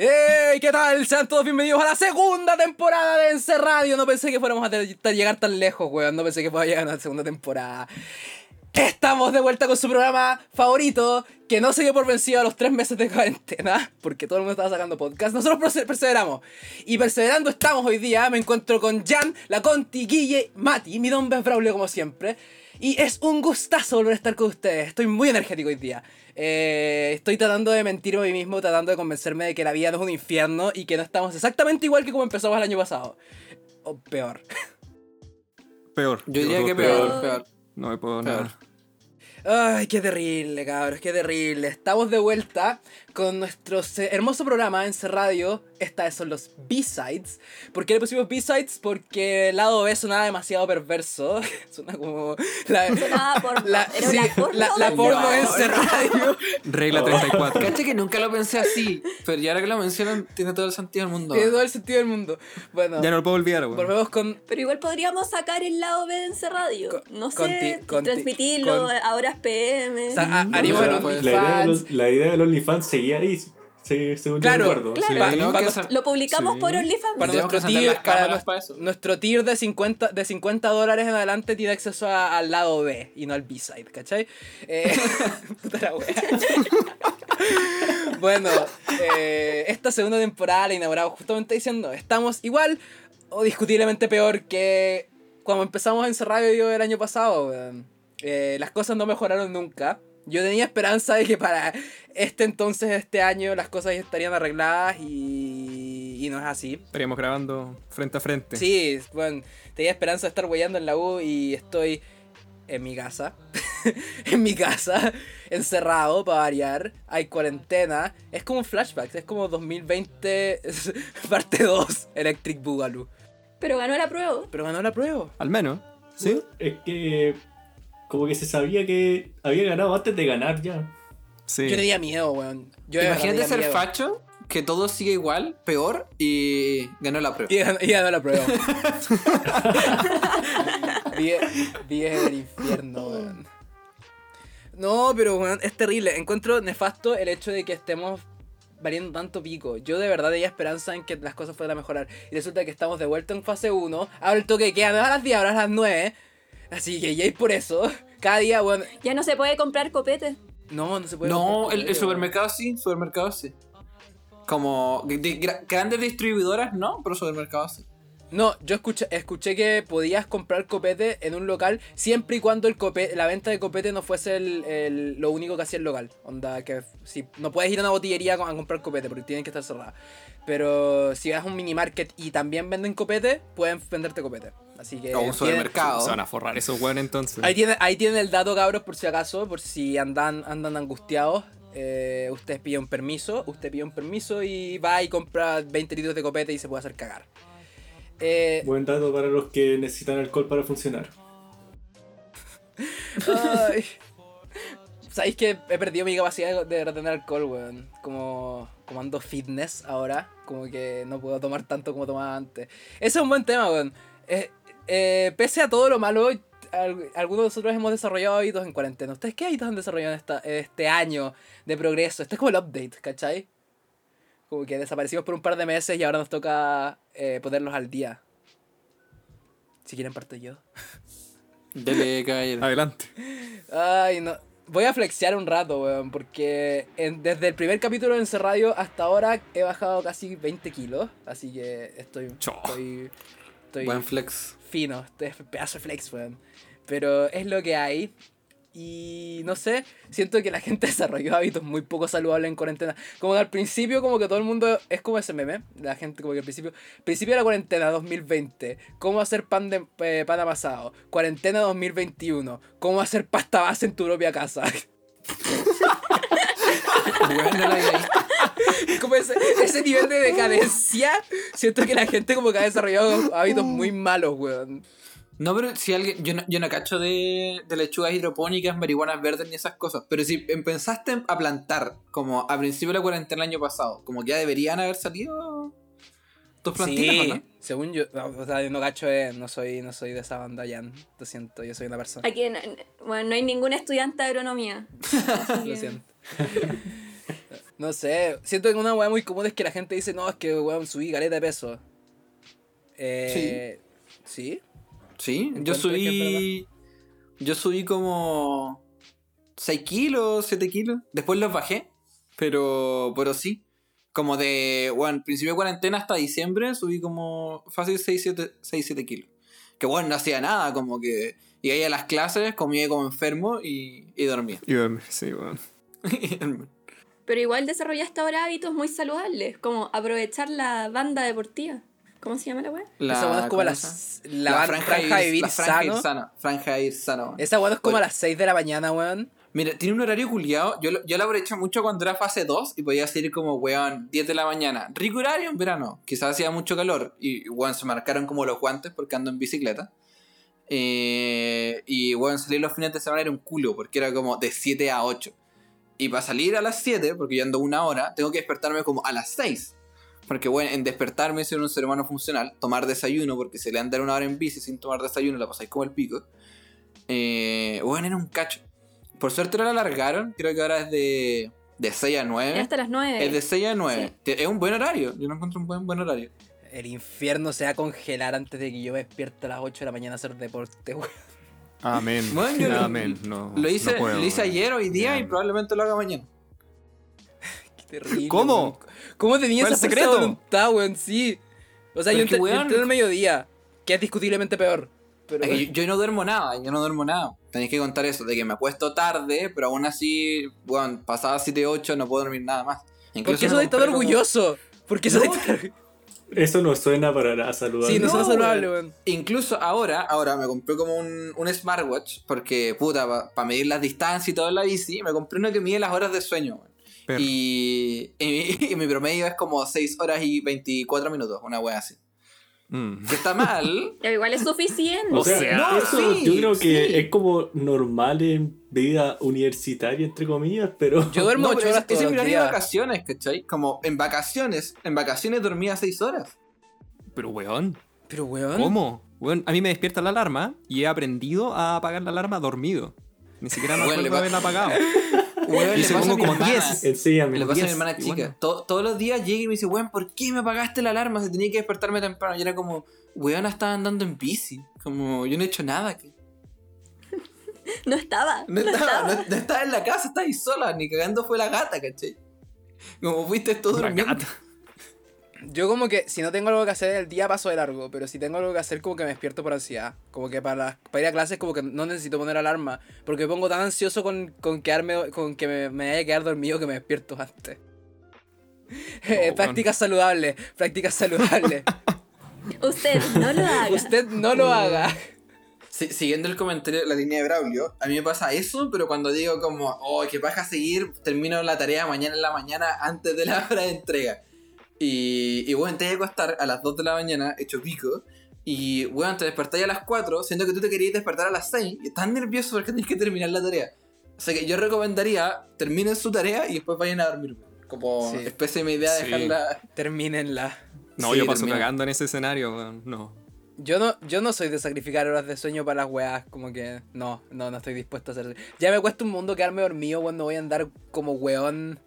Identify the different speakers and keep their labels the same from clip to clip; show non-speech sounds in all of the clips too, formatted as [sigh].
Speaker 1: ¡Hey! ¿Qué tal? Sean todos bienvenidos a la segunda temporada de Encerradio. No pensé que fuéramos a te- te- llegar tan lejos, weón. No pensé que fuera a llegar a una segunda temporada. Estamos de vuelta con su programa favorito, que no se dio por vencido a los tres meses de cuarentena, porque todo el mundo estaba sacando podcast. Nosotros perse- perseveramos. Y perseverando estamos hoy día. Me encuentro con Jan, la Conti, Guille, Mati. Mi nombre es Braulio, como siempre. Y es un gustazo volver a estar con ustedes. Estoy muy energético hoy día. Eh, estoy tratando de mentirme a mí mismo, tratando de convencerme de que la vida no es un infierno y que no estamos exactamente igual que como empezamos el año pasado. O peor.
Speaker 2: Peor.
Speaker 3: Yo diría
Speaker 2: creo
Speaker 3: que
Speaker 4: peor.
Speaker 3: peor, peor.
Speaker 2: No me puedo
Speaker 3: Peor.
Speaker 2: nada.
Speaker 1: Ay, qué terrible, cabros, qué terrible. Estamos de vuelta con nuestro se- hermoso programa en Radio. Esta vez son los B-Sides. ¿Por qué le pusimos B-Sides? Porque el lado B sonaba demasiado perverso. [laughs] Suena como. La,
Speaker 4: Nada,
Speaker 1: [laughs]
Speaker 4: por...
Speaker 1: la,
Speaker 4: era
Speaker 1: sí,
Speaker 4: una porno.
Speaker 1: la- la porno en Radio.
Speaker 2: Regla
Speaker 3: [laughs]
Speaker 2: 34.
Speaker 3: Cacha que nunca lo pensé así, pero ya ahora que lo mencionan tiene todo el sentido del
Speaker 1: [laughs]
Speaker 3: mundo.
Speaker 1: Tiene todo el sentido del mundo. Bueno,
Speaker 2: Ya no lo puedo olvidar, weón.
Speaker 1: volvemos con.
Speaker 4: Pero igual podríamos sacar el lado B de Encerradio.
Speaker 1: Con-
Speaker 4: No sé,
Speaker 1: conti- conti-
Speaker 4: transmitirlo
Speaker 1: con-
Speaker 4: a horas PM.
Speaker 1: o sea, ha-
Speaker 4: Mm.
Speaker 1: haríamos el
Speaker 3: no, pues,
Speaker 5: La idea, de
Speaker 1: OnlyFans.
Speaker 5: los- la idea del OnlyFans seguía ahí, se- según
Speaker 1: Claro,
Speaker 5: yo recuerdo.
Speaker 1: claro.
Speaker 5: Sí.
Speaker 1: pa-
Speaker 3: Tenemos
Speaker 1: pa-
Speaker 3: que hacer-
Speaker 4: Lo publicamos
Speaker 2: Sí.
Speaker 4: por OnlyFans.
Speaker 1: Para
Speaker 3: Tenemos
Speaker 1: nuestro
Speaker 3: que encender
Speaker 1: tier,
Speaker 3: las
Speaker 1: para
Speaker 3: cámaras
Speaker 1: nues-
Speaker 3: para eso.
Speaker 1: nuestro tier de 50, de 50 dólares en adelante tiene acceso a- al lado B y no al B-side, ¿cachai? Eh, [laughs] puta la wea. [laughs] bueno, eh, esta segunda temporada la inauguramos justamente diciendo, estamos igual o discutiblemente peor que cuando empezamos en Cerradio el año pasado, weón. Eh, las cosas no mejoraron nunca. Yo tenía esperanza de que para este entonces, este año, las cosas ya estarían arregladas y, y no es así.
Speaker 2: Estaríamos grabando frente a frente.
Speaker 1: Sí, bueno, tenía esperanza de estar huellando en la U y estoy en mi casa. [laughs] en mi casa, encerrado para variar. Hay cuarentena. Es como un flashback, es como 2020, [laughs] parte 2, Electric Boogaloo.
Speaker 4: Pero ganó la prueba.
Speaker 1: Pero ganó la prueba.
Speaker 2: Al menos. ¿Sí?
Speaker 5: Es que como que se sabía que había ganado antes de ganar ya.
Speaker 2: Sí.
Speaker 1: Yo tenía miedo, weón. Yo de verdad
Speaker 3: Imagínate
Speaker 1: tenía
Speaker 3: ser
Speaker 1: miedo.
Speaker 3: facho, que todo sigue igual, peor, y ganó la
Speaker 1: [laughs]
Speaker 3: prueba.
Speaker 1: Y ganó, y ganó la prueba. 10 del infierno, weón. No, pero weón, es terrible. Encuentro nefasto el hecho de que estemos valiendo tanto pico. Yo de verdad tenía esperanza en que las cosas fueran a mejorar. Y resulta que estamos de vuelta en fase 1. Ahora el toque de queda no es a las 10, ahora es a las 9. Así que ya es por eso. Cada día, weón.
Speaker 4: Ya no se puede comprar copete.
Speaker 1: No, no se puede.
Speaker 3: No,
Speaker 1: comprar
Speaker 3: el, el
Speaker 1: copete, weón.
Speaker 3: supermercado sí, supermercado sí. Como de- de gra- grandes distribuidoras, no, pero supermercados sí.
Speaker 1: No, yo escuché, escuché que podías comprar copete en un local siempre y cuando el cope- la venta de copete no fuese el- el- lo único que hacía el local. Onda, que si no puedes ir a una botillería a a comprar copete porque tienen que estar cerradas. Pero si vas a un mini market y también venden copete, pueden venderte copete. Así que.
Speaker 3: O
Speaker 1: tienen-
Speaker 3: un supermercado.
Speaker 2: Se van a forrar esos weón entonces.
Speaker 1: Ahí tienen, ahí tienen el dato, cabros, por si acaso, por si andan, andan angustiados. Eh, usted pide un permiso, usted pide un permiso y va y compra 20 litros de copete y se puede hacer cagar. Eh,
Speaker 5: Buen dato para los que necesitan alcohol para funcionar.
Speaker 1: Ay. [laughs] Sabéis que he perdido mi capacidad de retener alcohol, weón. Como, como ando fitness ahora, como que no puedo tomar tanto como tomaba antes. Ese es un buen tema, weón. Eh, eh, pese a todo lo malo, al- algunos de nosotros hemos desarrollado hábitos en cuarentena. ¿Ustedes qué hábitos han desarrollado en esta- este año de progreso? Este es como el update, ¿cachai? Como que desaparecimos por un par de meses y ahora nos toca eh, ponerlos al día. Si quieren, parto yo.
Speaker 3: Dele, caballero.
Speaker 2: Adelante.
Speaker 1: Ay, no. Voy a flexear un rato, weón, porque en- desde el primer capítulo de Encerradio hasta ahora he bajado casi 20 kilos, así que estoy...
Speaker 2: Cho.
Speaker 1: Estoy, estoy
Speaker 3: Buen flex. [laughs]
Speaker 1: fino, estoy pedazo de flex, weón. Pero es lo que hay. Y no sé, siento que la [laughs] gente desarrolló hábitos muy poco saludables en cuarentena. Como que al principio, como que todo el mundo es como ese meme. La gente, como que al principio, principio de la cuarentena 2020, cómo hacer pan, de, eh, pan amasado. Cuarentena 2021, cómo hacer pasta base en tu propia casa. [laughs]
Speaker 3: Weón, no la vi ahí.
Speaker 1: como ese, ese nivel de decadencia, siento que la gente, como que ha desarrollado hábitos muy malos, weón.
Speaker 3: No, pero si alguien. Yo no, yo no cacho de, de lechugas hidropónicas, marihuanas verdes ni esas cosas. Pero si empezaste a plantar, como a principio de la cuarentena el año pasado, como que ya deberían haber salido tus plantitas,
Speaker 1: Sí,
Speaker 3: ¿o ¿no?
Speaker 1: según yo, no, o sea, yo no cacho, eh, no soy, no soy de esa banda, Jan. Lo siento, yo soy una persona.
Speaker 4: Aquí
Speaker 1: [laughs]
Speaker 4: no, bueno, no hay ningún estudiante de agronomía. Así
Speaker 1: Lo
Speaker 4: que-
Speaker 1: siento. [laughs] No sé, siento que una weá muy común es que la gente dice, no, es que weón, subí caleta de peso. Eh, sí.
Speaker 3: Sí, yo
Speaker 1: Encuentro que
Speaker 3: subí. Yo subí como 6 kilos, 7 kilos. Después los bajé, pero, pero sí. Como de, bueno, principio de cuarentena hasta diciembre subí como fácil 6, 7, 6, 7 kilos. Que bueno, no hacía nada, como que iba ahí a las clases, comía como enfermo y,
Speaker 1: [laughs]
Speaker 3: y dormía.
Speaker 2: Y duerme, sí, weón.
Speaker 4: Pero igual desarrollaste ahora hábitos muy saludables, como aprovechar la banda deportiva. ¿Cómo se llama la weá?
Speaker 3: La-
Speaker 1: Esa weá es como
Speaker 3: ¿cómo
Speaker 1: la,
Speaker 3: se llama?
Speaker 1: la, ban- franja, de vivir
Speaker 3: la franja de
Speaker 1: sano.
Speaker 3: ir sana. Franja de ir sana, weón.
Speaker 1: Esa weá es como
Speaker 3: Oye.
Speaker 1: a las 6 de la mañana, weón.
Speaker 3: Mira, tiene un horario culiado. Yo, lo- yo lo aproveché mucho cuando era fase 2 y podía salir como, weón, 10 de la mañana. Rico horario en verano. Quizás hacía mucho calor. Y, weón, se marcaron como los guantes porque ando en bicicleta. Eh, y, weón, salir los fines de semana era un culo porque era como de 7 a 8. Y para salir a las 7, porque yo ando una hora, tengo que despertarme como a las 6. Porque, bueno, en despertarme soy un ser humano funcional, tomar desayuno, porque se le anda una hora en bici sin tomar desayuno, la pasáis como el pico. Eh, bueno, era un cacho. Por suerte lo alargaron, creo que ahora es de, de 6 a 9.
Speaker 1: ¿Eh?
Speaker 4: Es hasta las 9.
Speaker 3: Es de 6 a 9. Es un buen horario, yo no encuentro un buen, buen horario.
Speaker 1: El infierno se va a congelar antes de que yo me despierte a las 8 de la mañana a hacer deporte, [laughs] weón.
Speaker 2: Amén.
Speaker 3: Bueno, yo lo-
Speaker 2: Amén. Ah, No,
Speaker 3: lo hice,
Speaker 2: no puedo,
Speaker 3: lo hice
Speaker 2: weón.
Speaker 3: ayer, hoy día
Speaker 2: Ya.
Speaker 3: y probablemente lo haga mañana.
Speaker 1: Qué terrible,
Speaker 2: ¿Cómo?
Speaker 1: weón. ¿Cómo tenía
Speaker 2: ¿Cuál
Speaker 1: esa fuerza
Speaker 2: secreto?
Speaker 1: de voluntad, weón? Sí. O sea, yo
Speaker 3: Pero es que,
Speaker 1: entré, yo
Speaker 3: weón,
Speaker 1: entré al mediodía, que es discutiblemente peor. Pero,
Speaker 3: Es que yo, yo no duermo nada, yo no duermo nada. Tenéis que contar eso, de que me acuesto tarde, pero aún así, bueno, pasadas 7, 8 no puedo dormir nada más.
Speaker 1: ¿Por
Speaker 3: Incluso
Speaker 1: qué eso
Speaker 3: me
Speaker 1: de estar
Speaker 3: compré como-
Speaker 1: orgulloso? ¿Por qué eso de
Speaker 3: No,
Speaker 1: estar
Speaker 5: Eso no suena para nada saludable.
Speaker 1: [laughs] Sí, no,
Speaker 3: No,
Speaker 1: suena saludable,
Speaker 3: weón.
Speaker 1: weón.
Speaker 3: Incluso ahora, ahora me compré como un, un smartwatch, porque puta, para medir las distancias y todo en la bici, me compré uno que mide las horas de sueño, weón.
Speaker 2: Perro.
Speaker 3: Y, y, y mi [laughs] promedio es como 6 horas y 24 minutos, una wea así.
Speaker 2: Mm.
Speaker 3: Que está mal.
Speaker 4: Ya, Igual es suficiente.
Speaker 5: [laughs] O sea,
Speaker 2: sea,
Speaker 5: eso
Speaker 3: no,
Speaker 5: yo creo
Speaker 3: sí,
Speaker 5: que
Speaker 3: sí.
Speaker 5: es como normal en vida universitaria, entre comillas,
Speaker 3: [laughs]
Speaker 5: pero
Speaker 1: [laughs] Yo duermo
Speaker 3: No,
Speaker 1: 8
Speaker 3: pero
Speaker 1: horas todos
Speaker 3: ese- ese es mi
Speaker 1: los
Speaker 3: horario de
Speaker 1: días.
Speaker 3: vacaciones, ¿cachai? Como en vacaciones, en vacaciones dormía 6 horas.
Speaker 2: Pero, weón,
Speaker 1: Pero, weón.
Speaker 2: ¿cómo? Weón, a mí me despierta la alarma y he aprendido a apagar la alarma dormido. Ni siquiera me
Speaker 3: Weón,
Speaker 2: acuerdo
Speaker 3: le
Speaker 2: de
Speaker 3: pa-
Speaker 2: haberla apagado.
Speaker 3: [laughs] Weón,
Speaker 2: Y
Speaker 3: le
Speaker 2: se
Speaker 3: pasa a
Speaker 2: pongo
Speaker 3: mi
Speaker 2: como
Speaker 3: hermana.
Speaker 2: 10.
Speaker 5: enséñame.
Speaker 3: Le pasa a mi
Speaker 2: Yes,
Speaker 3: hermana
Speaker 2: y
Speaker 3: chica.
Speaker 2: bueno.
Speaker 3: To- todos los días llega y me dice, weón, ¿por qué me apagaste la alarma? Se tenía que despertarme temprano. Y era como, weón, estaba andando en bici. Como, yo no he hecho
Speaker 2: [laughs]
Speaker 3: nada. que-
Speaker 4: No estaba.
Speaker 3: No estaba, no, no estaba en la casa, estaba ahí sola. Ni cagando fue la gata, ¿cachai? Como fuiste tú
Speaker 2: La
Speaker 3: durmiendo.
Speaker 2: gata.
Speaker 1: Yo como que si no tengo algo que hacer el día paso de largo, pero si tengo algo que hacer como que me despierto por ansiedad. Como que para, las- para ir a clases como que no necesito poner alarma, porque me pongo tan ansioso con, con quedarme con que me, me vaya a quedar dormido que me despierto antes. [laughs] Eh,
Speaker 2: Oh,
Speaker 1: prácticas saludables, prácticas saludables.
Speaker 4: Usted no lo haga.
Speaker 1: Usted no lo haga.
Speaker 3: Si- siguiendo el comentario de la línea de Braulio, a mí me pasa eso, pero cuando digo como, oh, que vas a seguir, termino la tarea mañana en la mañana antes de la [laughs] hora de entrega. Y, y bueno, te voy a acostar a las 2 de la mañana, hecho pico. Y bueno, te despertáis a las 4, siendo que tú te querías despertar a las 6 y estás nervioso porque tenés que terminar la tarea. O sea que yo recomendaría, terminen su tarea y después vayan a dormir. Como
Speaker 1: Sí.
Speaker 3: especie de mi idea de
Speaker 2: Sí.
Speaker 3: dejarla.
Speaker 1: Termínenla.
Speaker 2: No,
Speaker 3: Sí,
Speaker 2: yo paso
Speaker 3: termina.
Speaker 2: cagando en ese escenario, weón. No.
Speaker 1: Yo no, yo no soy de sacrificar horas de sueño para las weas, como que no, no, no estoy dispuesto a hacer. Ya me cuesta un mundo quedarme dormido cuando voy a andar como weón.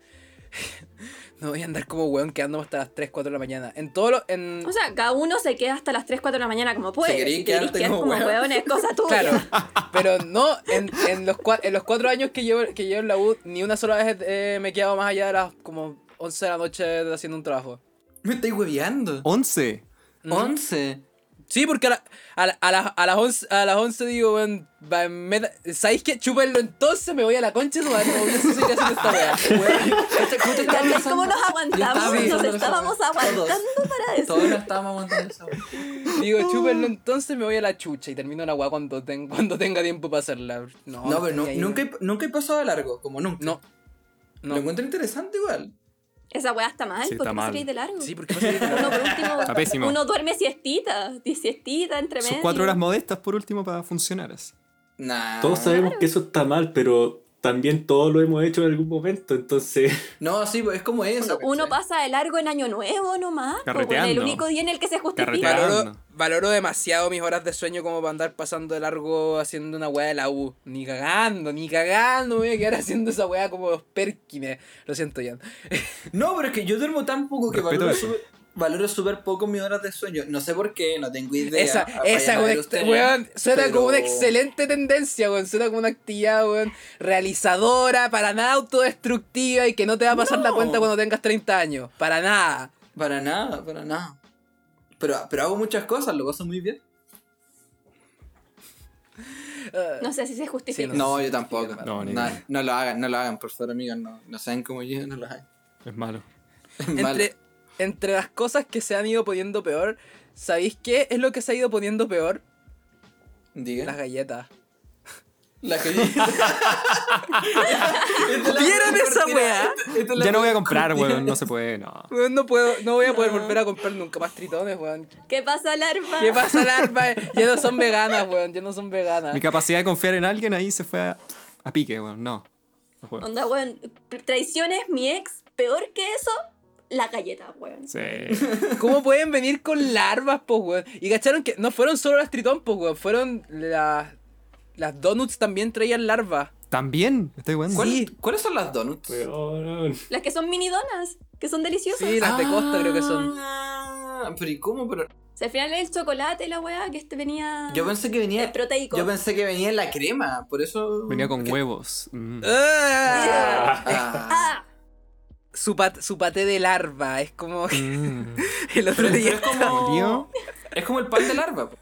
Speaker 1: [laughs] no voy a andar como weón quedándome hasta las 3, 4 de la mañana. En todo lo. En...
Speaker 4: O sea, cada uno se queda hasta las 3, 4 de la mañana como puede.
Speaker 3: Si querés
Speaker 4: Si te querés
Speaker 3: quedarte
Speaker 4: quedar
Speaker 3: como
Speaker 4: como
Speaker 3: hueón.
Speaker 4: hueón es cosa tuya.
Speaker 1: Claro, [laughs] pero no, en, en los, cua- en los cuatro años que llevo, que llevo en la U, ni una sola vez eh, me he quedado más allá de las como 11 de la noche haciendo un trabajo.
Speaker 3: Me estáis hueveando.
Speaker 2: 11.
Speaker 1: Ujú.
Speaker 3: 11.
Speaker 1: Sí, porque a, la- a, la- a, las- a las 11, a las 11 digo, weón, va, me da- ¿sabéis qué? Chúpenlo entonces, me voy a la concha de su madre, no voy a seguir haciendo esta wea.
Speaker 3: [laughs]
Speaker 4: ¿Cachai? ¿Cómo nos
Speaker 3: Yo
Speaker 4: aguantamos?
Speaker 3: estaba
Speaker 4: Nos
Speaker 3: pensando
Speaker 4: estábamos
Speaker 3: eso.
Speaker 4: aguantando para eso.
Speaker 3: Todos lo estábamos aguantando esa wea.
Speaker 1: Digo, chúpenlo entonces, me voy a la chucha y termino la wea cuando, ten- cuando tenga tiempo para hacerla. No,
Speaker 3: No, pero nu-
Speaker 1: ahí-
Speaker 3: nunca, he, nunca he pasado a largo, como nunca.
Speaker 1: No, no.
Speaker 3: Lo encuentro interesante igual.
Speaker 4: Esa hueá está mal,
Speaker 2: Sí,
Speaker 4: porque
Speaker 2: está mal.
Speaker 4: no de largo.
Speaker 1: Sí, porque no
Speaker 3: [laughs]
Speaker 1: sé qué tal.
Speaker 4: Uno, por último,
Speaker 2: Está pésimo.
Speaker 4: uno duerme siestita, di siestita entre medio.
Speaker 2: Son cuatro horas modestas por último para funcionar así.
Speaker 3: Nah.
Speaker 5: todos sabemos que eso está mal, pero también todos lo hemos hecho en algún momento, entonces [laughs]
Speaker 3: No, sí, pues, es como eso.
Speaker 4: Cuando uno
Speaker 3: ¿cachai?
Speaker 4: pasa de largo en Año Nuevo nomás, pues, bueno, el
Speaker 2: Carreteando.
Speaker 4: único día en el que se justifica.
Speaker 2: Carreteando.
Speaker 1: Valoro,
Speaker 2: Tirando.
Speaker 1: valoro demasiado mis horas de sueño como para andar pasando de largo haciendo una weá de la U. Ni cagando, ni cagando me voy a quedar haciendo esa weá como los Perkines. Lo siento, Jan.
Speaker 3: No, pero es que yo duermo tan poco que
Speaker 2: Respeto
Speaker 3: valoro
Speaker 2: eso.
Speaker 3: súper valoro súper poco mis horas de sueño. No sé por qué, no tengo idea.
Speaker 1: Esa,
Speaker 3: Ah,
Speaker 1: esa
Speaker 3: vayan a ver
Speaker 1: weón,
Speaker 3: ustedes,
Speaker 1: weón, suena
Speaker 3: pero-
Speaker 1: como una excelente tendencia, weón. Suena como una actividad, weón, realizadora, para nada autodestructiva y que no te va a pasar la
Speaker 3: No.
Speaker 1: cuenta cuando tengas 30 años. Para nada.
Speaker 3: Para nada, para nada. Pero, pero hago muchas cosas, lo paso muy bien.
Speaker 1: Eh,
Speaker 4: No sé si se justifica.
Speaker 1: Sí,
Speaker 3: No,
Speaker 1: sé.
Speaker 3: yo tampoco.
Speaker 2: No,
Speaker 3: No,
Speaker 2: ni
Speaker 3: no,
Speaker 2: idea.
Speaker 3: lo hagan, no lo hagan, por favor, amigos. No, no sean como yo, no lo hagan. [laughs]
Speaker 2: Es malo.
Speaker 3: Es malo.
Speaker 1: entre, entre las cosas que se han ido poniendo peor, ¿sabéis qué es lo que se ha ido poniendo peor? Las
Speaker 3: Diga.
Speaker 1: galletas.
Speaker 3: La que Esta es la
Speaker 1: ¿Vieron
Speaker 3: peor
Speaker 1: esa
Speaker 3: cortina.
Speaker 1: weá?
Speaker 3: Esta- esta es la
Speaker 2: Ya no voy a
Speaker 3: peor
Speaker 2: comprar,
Speaker 3: cortina.
Speaker 2: weón. No se puede, no.
Speaker 1: [laughs] Weón, no puedo, no voy a poder
Speaker 4: No.
Speaker 1: volver a comprar nunca más tritones, weón.
Speaker 4: ¿Qué pasa, Larva?
Speaker 1: ¿Qué pasa, Larva? Ya no son veganas, weón. Ya no son veganas.
Speaker 2: Mi capacidad de confiar en alguien ahí se fue a, a pique, weón. No. No puedo.
Speaker 4: Onda, weón, traiciones, mi ex, peor que eso, la galleta, weón.
Speaker 2: Sí.
Speaker 1: ¿Cómo pueden venir con larvas, po, weón? Y cacharon que no fueron solo las tritón, po, weón. Fueron las. Las donuts también traían larvas.
Speaker 2: También, estoy weón.
Speaker 3: ¿Cuál-
Speaker 1: Sí.
Speaker 3: ¿Cuáles son las donuts?
Speaker 5: weón,
Speaker 4: Las que son mini donas, que son deliciosas.
Speaker 1: Sí, las de Costa creo que son.
Speaker 3: Ah, Pero ¿y cómo? Pero
Speaker 4: O sea, al final el chocolate, la weá, que este venía.
Speaker 3: yo pensé que venía.
Speaker 4: El proteico.
Speaker 3: Yo pensé que venía en la crema, por eso.
Speaker 2: Venía con huevos. Mm.
Speaker 1: ¡Ah!
Speaker 2: [laughs]
Speaker 5: Ah,
Speaker 3: Ah.
Speaker 4: ¡Ah!
Speaker 1: Su, pat- su paté de larva. Es como
Speaker 2: Mm.
Speaker 1: [laughs] el otro
Speaker 3: Pero es
Speaker 1: día.
Speaker 3: como.
Speaker 2: Molió.
Speaker 3: Es como el pan de larva. po.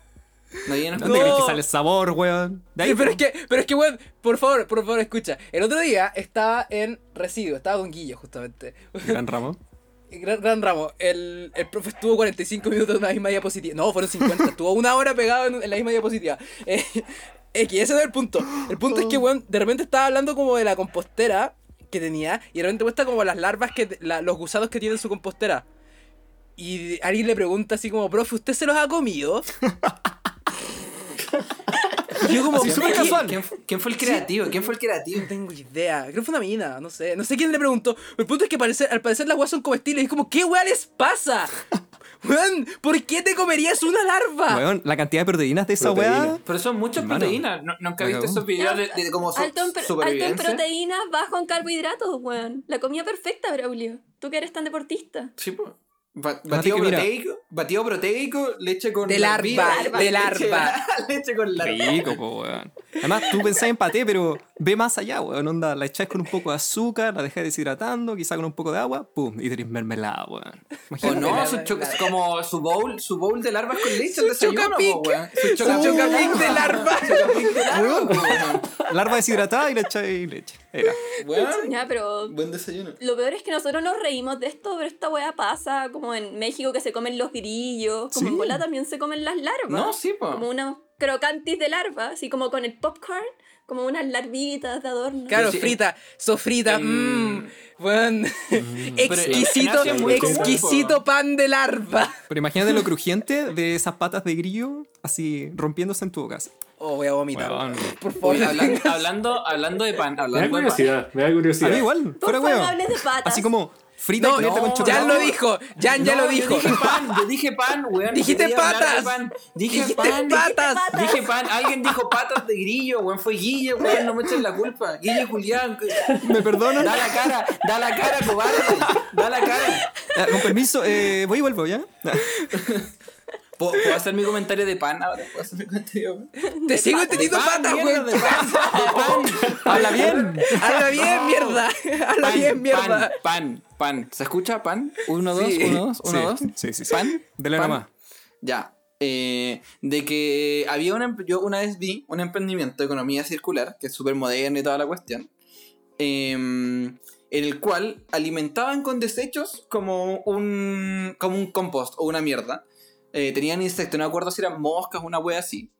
Speaker 3: No llenas
Speaker 2: ¿Dónde
Speaker 1: No.
Speaker 2: crees que sale el sabor, weón? De ahí,
Speaker 1: Sí, [laughs] pero es
Speaker 2: po.
Speaker 1: que, pero es que, weón, por favor, por favor, escucha. El otro día estaba en Residuo, estaba con Guillo, justamente.
Speaker 2: Gran Ramón.
Speaker 1: Gran, gran ramo, el, el profe estuvo 45 minutos en la misma diapositiva. No, fueron 50, estuvo una hora pegado en, en la misma diapositiva. [laughs] Eh, X, ese no es el punto. El punto es que, weón, de repente estaba hablando como de la compostera que tenía y de repente muestra como las larvas, que la- los gusanos que tiene en su compostera. Y alguien le pregunta así como, profe, ¿usted se los ha comido? Y yo como,
Speaker 2: Así, súper
Speaker 1: "¿Qué-
Speaker 3: ¿Quién-
Speaker 2: casual.
Speaker 3: ¿Quién, fu- quién fue el creativo? ¿Quién fue el creativo?
Speaker 1: no tengo idea. Creo que fue una mina, no sé. No sé quién le preguntó. El punto es que parece- al parecer las weas son comestibles. Y es como, ¿qué wea les pasa?
Speaker 3: [laughs]
Speaker 1: Weón, ¿por qué te comerías una larva?
Speaker 2: Weón, la cantidad de proteínas de esa
Speaker 5: Proteína.
Speaker 2: weá.
Speaker 3: Pero son muchas
Speaker 2: Hermano,
Speaker 3: proteínas. ¿No- ¿Nunca
Speaker 2: me
Speaker 3: viste
Speaker 2: cagó.
Speaker 3: esos videos de, de como su-
Speaker 4: alto, en pro- alto en
Speaker 3: supervivencia?
Speaker 4: proteínas, bajo en carbohidratos, weón. La comida perfecta, Braulio. Tú que eres tan deportista.
Speaker 3: Sí, po. Ba-
Speaker 2: Así
Speaker 3: batido,
Speaker 2: que mira.
Speaker 3: proteico, batido proteico, leche con.
Speaker 1: De larva,
Speaker 3: vida,
Speaker 1: de
Speaker 3: leche-
Speaker 1: larva.
Speaker 3: [laughs] Leche con larva.
Speaker 2: Rico, po, weón. Además, tú pensás en paté, pero ve más allá, weón. Onda, la echás con un poco de azúcar, la dejas deshidratando, quizá con un poco de agua, pum, y tenés mermelada, weón.
Speaker 3: O
Speaker 2: Imagínate.
Speaker 3: no,
Speaker 1: la-
Speaker 3: su
Speaker 1: la-
Speaker 3: cho-
Speaker 1: la-
Speaker 3: como su bowl, su bowl de larvas con leche.
Speaker 1: Su
Speaker 3: el desayuno, po,
Speaker 1: chocapic.
Speaker 3: weón. Su
Speaker 1: Su chocapic [laughs] de larva.
Speaker 3: chocapic de larva, po, weón.
Speaker 2: Larva deshidratada y la echáis leche. Era.
Speaker 3: Weón,
Speaker 4: Ya, pero.
Speaker 3: Buen desayuno.
Speaker 4: Lo peor es que nosotros nos reímos de esto, pero esta weá pasa como en México que se comen los grillos, como
Speaker 2: Sí.
Speaker 4: en Bola también se comen las larvas.
Speaker 3: No, sí, po.
Speaker 4: Como unos crocantis de larva, así como con el popcorn, como unas larvitas de adorno.
Speaker 1: Claro,
Speaker 3: Pero sí. Mm,
Speaker 1: frita, sofrita, mmm. Weón,
Speaker 3: Pero
Speaker 1: exquisito,
Speaker 3: en Asia es muy común,
Speaker 1: exquisito
Speaker 3: po.
Speaker 1: pan de larva.
Speaker 2: Pero imagínate lo crujiente de esas patas de grillo así rompiéndose en tu boca. así.
Speaker 1: Oh, voy a vomitar.
Speaker 2: Weón.
Speaker 1: Por favor,
Speaker 3: Oye, hablando, hablando, hablando de pan,
Speaker 5: me da
Speaker 3: hablando de pan.
Speaker 5: curiosidad, me da
Speaker 2: A
Speaker 5: curiosidad.
Speaker 2: mí igual,
Speaker 4: Por
Speaker 2: fuera
Speaker 4: favor, no
Speaker 2: weón.
Speaker 4: hables de patas.
Speaker 2: Así como frita
Speaker 1: [laughs]
Speaker 2: y
Speaker 1: No,
Speaker 2: cubierta con
Speaker 1: no,
Speaker 2: chocolate.
Speaker 1: Jan lo dijo, Jan ya
Speaker 3: No,
Speaker 1: lo
Speaker 3: yo
Speaker 1: dijo. [laughs]
Speaker 3: Dije pan, yo dije pan, weón.
Speaker 1: Dijiste
Speaker 3: Quería hablar de
Speaker 1: patas.
Speaker 3: pan. Dije
Speaker 1: Dijiste
Speaker 3: pan.
Speaker 1: patas.
Speaker 3: Dije pan. Alguien dijo patas de grillo, weón. Fue Guille, weón. No me echen la culpa. Guille Julián.
Speaker 2: ¿Me perdonan?
Speaker 3: Da la cara, da la cara, cobarde. Da la cara.
Speaker 2: Ah, con permiso, eh, voy y vuelvo, ¿ya?
Speaker 3: ¿Puedo, puedo hacer mi comentario de pan ahora? ¿Puedo hacer mi comentario de pan?
Speaker 1: Te sigo entendiendo patas,
Speaker 3: mierda,
Speaker 1: weón.
Speaker 3: de
Speaker 1: [laughs]
Speaker 3: [laughs] pan, de pan.
Speaker 2: Habla bien.
Speaker 1: Habla bien, mierda. [laughs] Habla bien, mierda.
Speaker 3: Pan, pan, pan. ¿Se escucha pan? Uno, dos,
Speaker 1: Sí.
Speaker 3: uno, dos, uno,
Speaker 2: Sí,
Speaker 3: dos.
Speaker 2: sí, sí, sí.
Speaker 3: Pan.
Speaker 2: Dele
Speaker 3: pan.
Speaker 2: nomás.
Speaker 3: Ya. Eh, de que había una. em- Yo una vez vi un emprendimiento de economía circular, que es súper moderno y toda la cuestión, em, en el cual alimentaban con desechos como un, como un compost o una mierda. Eh, tenían insectos, no me acuerdo si eran moscas, una wea así.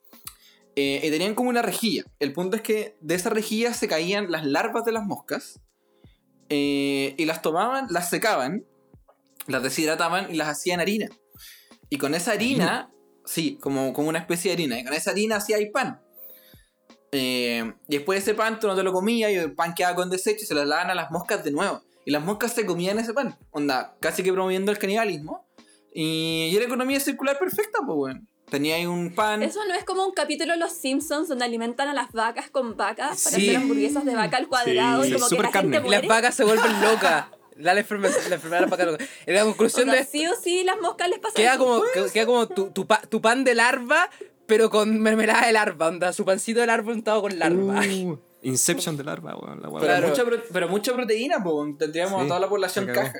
Speaker 3: Eh, y tenían como una rejilla. El punto es que de esa rejilla se caían las larvas de las moscas. eh, y las tomaban, las secaban, las deshidrataban y las hacían harina. Y con esa harina, sí, como, como una especie de harina. Y con esa harina hacía hay pan. Eh, y después de ese pan tú no te lo comías y el pan quedaba con desecho y se lo daban a las moscas de nuevo. Y las moscas se comían ese pan. Onda, casi que promoviendo el canibalismo. Y, y era economía circular perfecta, pues, weón. Tenía ahí un pan.
Speaker 4: Eso no es como un capítulo de Los Simpsons donde alimentan a las vacas con vacas para
Speaker 1: Sí.
Speaker 4: hacer hamburguesas de vaca al cuadrado
Speaker 5: Sí,
Speaker 4: y como que
Speaker 2: súper
Speaker 4: la
Speaker 2: carne.
Speaker 4: gente
Speaker 1: Y
Speaker 4: muere.
Speaker 1: las vacas se
Speaker 4: [laughs]
Speaker 1: vuelven locas. Da la enfermedad, la enfermedad de las vacas locas. En la conclusión
Speaker 4: Onda,
Speaker 1: de esto,
Speaker 4: sí o sí las moscas les pasa
Speaker 1: queda
Speaker 4: eso.
Speaker 1: como, que- queda como tu, tu, pa- tu pan de larva, pero con mermelada de larva. Onda, su pancito de larva untado con larva.
Speaker 4: Mm.
Speaker 2: Uh, Inception del arma, weón. La weá.
Speaker 3: pero,
Speaker 1: claro.
Speaker 3: mucha, pro- pero mucha proteína, pues, weón. Tendríamos
Speaker 2: Sí,
Speaker 3: a toda la población
Speaker 2: se cagó.
Speaker 3: caja.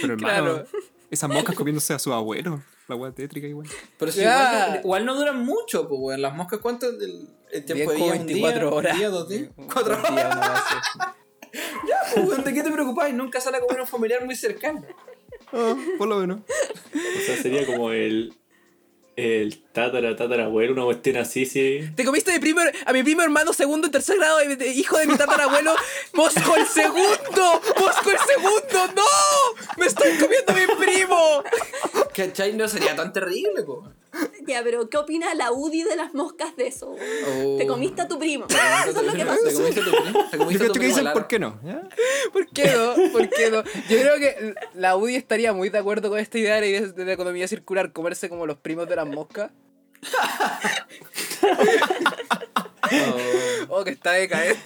Speaker 2: Pero hermano,
Speaker 1: Claro.
Speaker 2: esas moscas comiéndose a su abuelo. La weá tétrica igual.
Speaker 3: Pero si
Speaker 1: Ya.
Speaker 3: igual, no- igual no duran mucho, pues, weón. Las moscas, ¿cuánto? El, el tiempo
Speaker 1: Bien
Speaker 3: de
Speaker 1: como
Speaker 3: vida, un
Speaker 1: 24
Speaker 3: día,
Speaker 1: horas.
Speaker 3: un día, dos días.
Speaker 1: Un
Speaker 3: Cuatro
Speaker 1: día,
Speaker 3: horas,
Speaker 1: una cosa así.
Speaker 3: [laughs] pues, weón. ¿De qué te preocupáis? Nunca sale a comer un familiar muy cercano.
Speaker 2: Ah, por lo menos.
Speaker 5: O sea, sería como el. El tatara, tatara, abuelo, una cuestión así, sí.
Speaker 1: [laughs] Te comiste a mi primo- a mi primo hermano segundo y tercer grado, de- de- hijo de mi
Speaker 4: [laughs]
Speaker 1: tatarabuelo, Mosco el segundo, Mosco el segundo, no, me estoy comiendo a mi primo.
Speaker 4: [laughs]
Speaker 3: ¿Cachai? No sería tan terrible, po. weón.
Speaker 4: Ya, pero ¿qué opina la UDI de las moscas de eso?
Speaker 3: Oh.
Speaker 4: Te comiste a tu primo.
Speaker 1: Ah,
Speaker 3: Te
Speaker 4: Eso es lo que pasa.
Speaker 3: comiste tu primo, te
Speaker 2: Yo
Speaker 3: comiste
Speaker 2: creo
Speaker 3: tu
Speaker 2: que
Speaker 3: primo,
Speaker 2: dicen
Speaker 3: Lara.
Speaker 2: por qué no. ¿ya?
Speaker 1: ¿Por qué no? ¿Por qué no? Yo creo que la UDI estaría muy de acuerdo con esta idea de, la- de la economía circular, comerse como los primos de las moscas.
Speaker 3: Oh,
Speaker 1: Oh, que está decaente.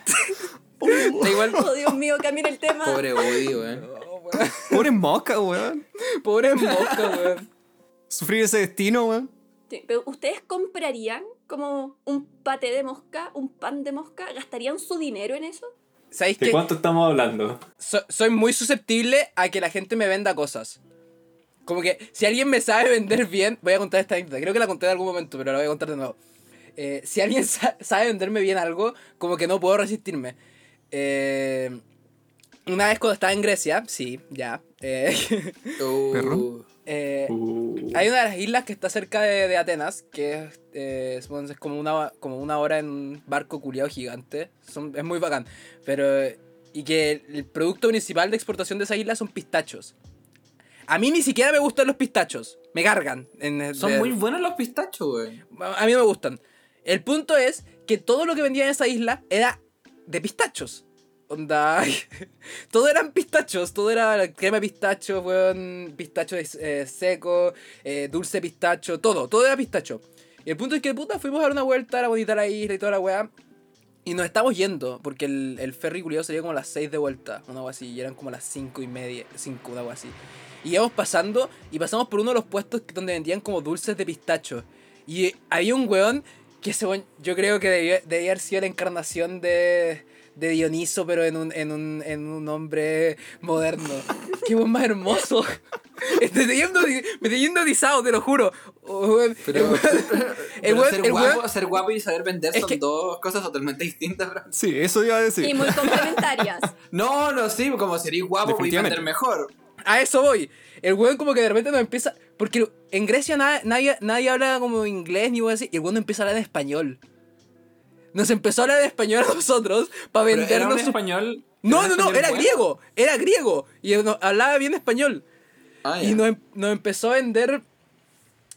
Speaker 1: Da igual.
Speaker 4: Oh, Dios mío, cambien el tema.
Speaker 3: pobre Woody, weón.
Speaker 1: Oh, weón.
Speaker 2: Pobres moscas, weón.
Speaker 1: [laughs] Pobre mosca, weón.
Speaker 2: Sufrir ese destino, weón.
Speaker 4: Sí, pero ¿Ustedes comprarían como un paté de mosca, un pan de mosca? ¿Gastarían su dinero en eso?
Speaker 1: ¿Sabéis
Speaker 5: ¿De
Speaker 1: qué?
Speaker 5: cuánto estamos hablando?
Speaker 1: so- soy muy susceptible a que la gente me venda cosas. Como que si alguien me sabe vender bien, voy a contar esta anécdota. Creo que la conté en algún momento, pero la voy a contar de nuevo. Eh, si alguien sa- sabe venderme bien algo, como que no puedo resistirme. Eh, una vez cuando estaba en Grecia, sí, ya. eh, [laughs]
Speaker 3: Oh.
Speaker 2: Perro.
Speaker 1: eh,
Speaker 5: Uh,
Speaker 1: hay una de las islas que está cerca de, de Atenas, que es, eh, es- bueno, es como, una, como una hora en un barco culiado gigante. Son- es muy bacán. Pero, eh, y que el, el producto principal de exportación de esa isla son pistachos. A mí ni siquiera me gustan los pistachos. Me cargan. en-
Speaker 3: Son
Speaker 1: de-
Speaker 3: muy buenos los pistachos, weón.
Speaker 1: a mí no me gustan. El punto es que todo lo que vendían en esa isla era de pistachos. Onda. [laughs] todo eran pistachos. Todo era crema de pistacho, weón, pistacho eh, seco, eh, dulce de pistacho, todo. Todo era pistacho. Y el punto es que puta, fuimos a dar una vuelta, era bonita la isla y toda la weá. Y nos estamos yendo, porque el, el ferry culiado sería como las 6 de vuelta, una agua así, y eran como las 5 y media, 5, una agua así. Y íbamos pasando, y pasamos por uno de los puestos que- donde vendían como dulces de pistacho. Y eh, había un weón que ese weón, yo creo que debió- debía haber sido la encarnación de, de Dioniso, pero en un, en, un, en un hombre moderno. ¡Qué weón más hermoso! [laughs] Estoy yendo, me estoy yendo disado, te lo juro. Oh, weón,
Speaker 3: [laughs] Pero,
Speaker 1: el weón- el
Speaker 3: pero
Speaker 1: weón-
Speaker 3: ser,
Speaker 1: el weón-
Speaker 3: guapo, ser guapo y saber vender
Speaker 1: Es
Speaker 3: son
Speaker 1: que-
Speaker 3: dos cosas totalmente distintas, bro.
Speaker 2: Sí, eso iba a decir.
Speaker 4: Y muy complementarias.
Speaker 3: No, no, sí, como seréis guapo podéis vender
Speaker 2: Definitivamente.
Speaker 3: mejor.
Speaker 1: A eso voy. El weón como que de repente nos empieza... Porque en Grecia na- nadie, nadie habla como inglés ni weón así. Y el weón nos empieza a hablar en español. Nos empezó a hablar en español a nosotros para
Speaker 3: Pero era un
Speaker 1: vendernos... su-
Speaker 3: español.
Speaker 1: No, no,
Speaker 3: un
Speaker 1: no,
Speaker 3: español
Speaker 1: era
Speaker 3: bueno.
Speaker 1: griego. Era griego. Y él no- hablaba bien español.
Speaker 3: Ah, ya.
Speaker 1: Y nos, em- nos empezó a vender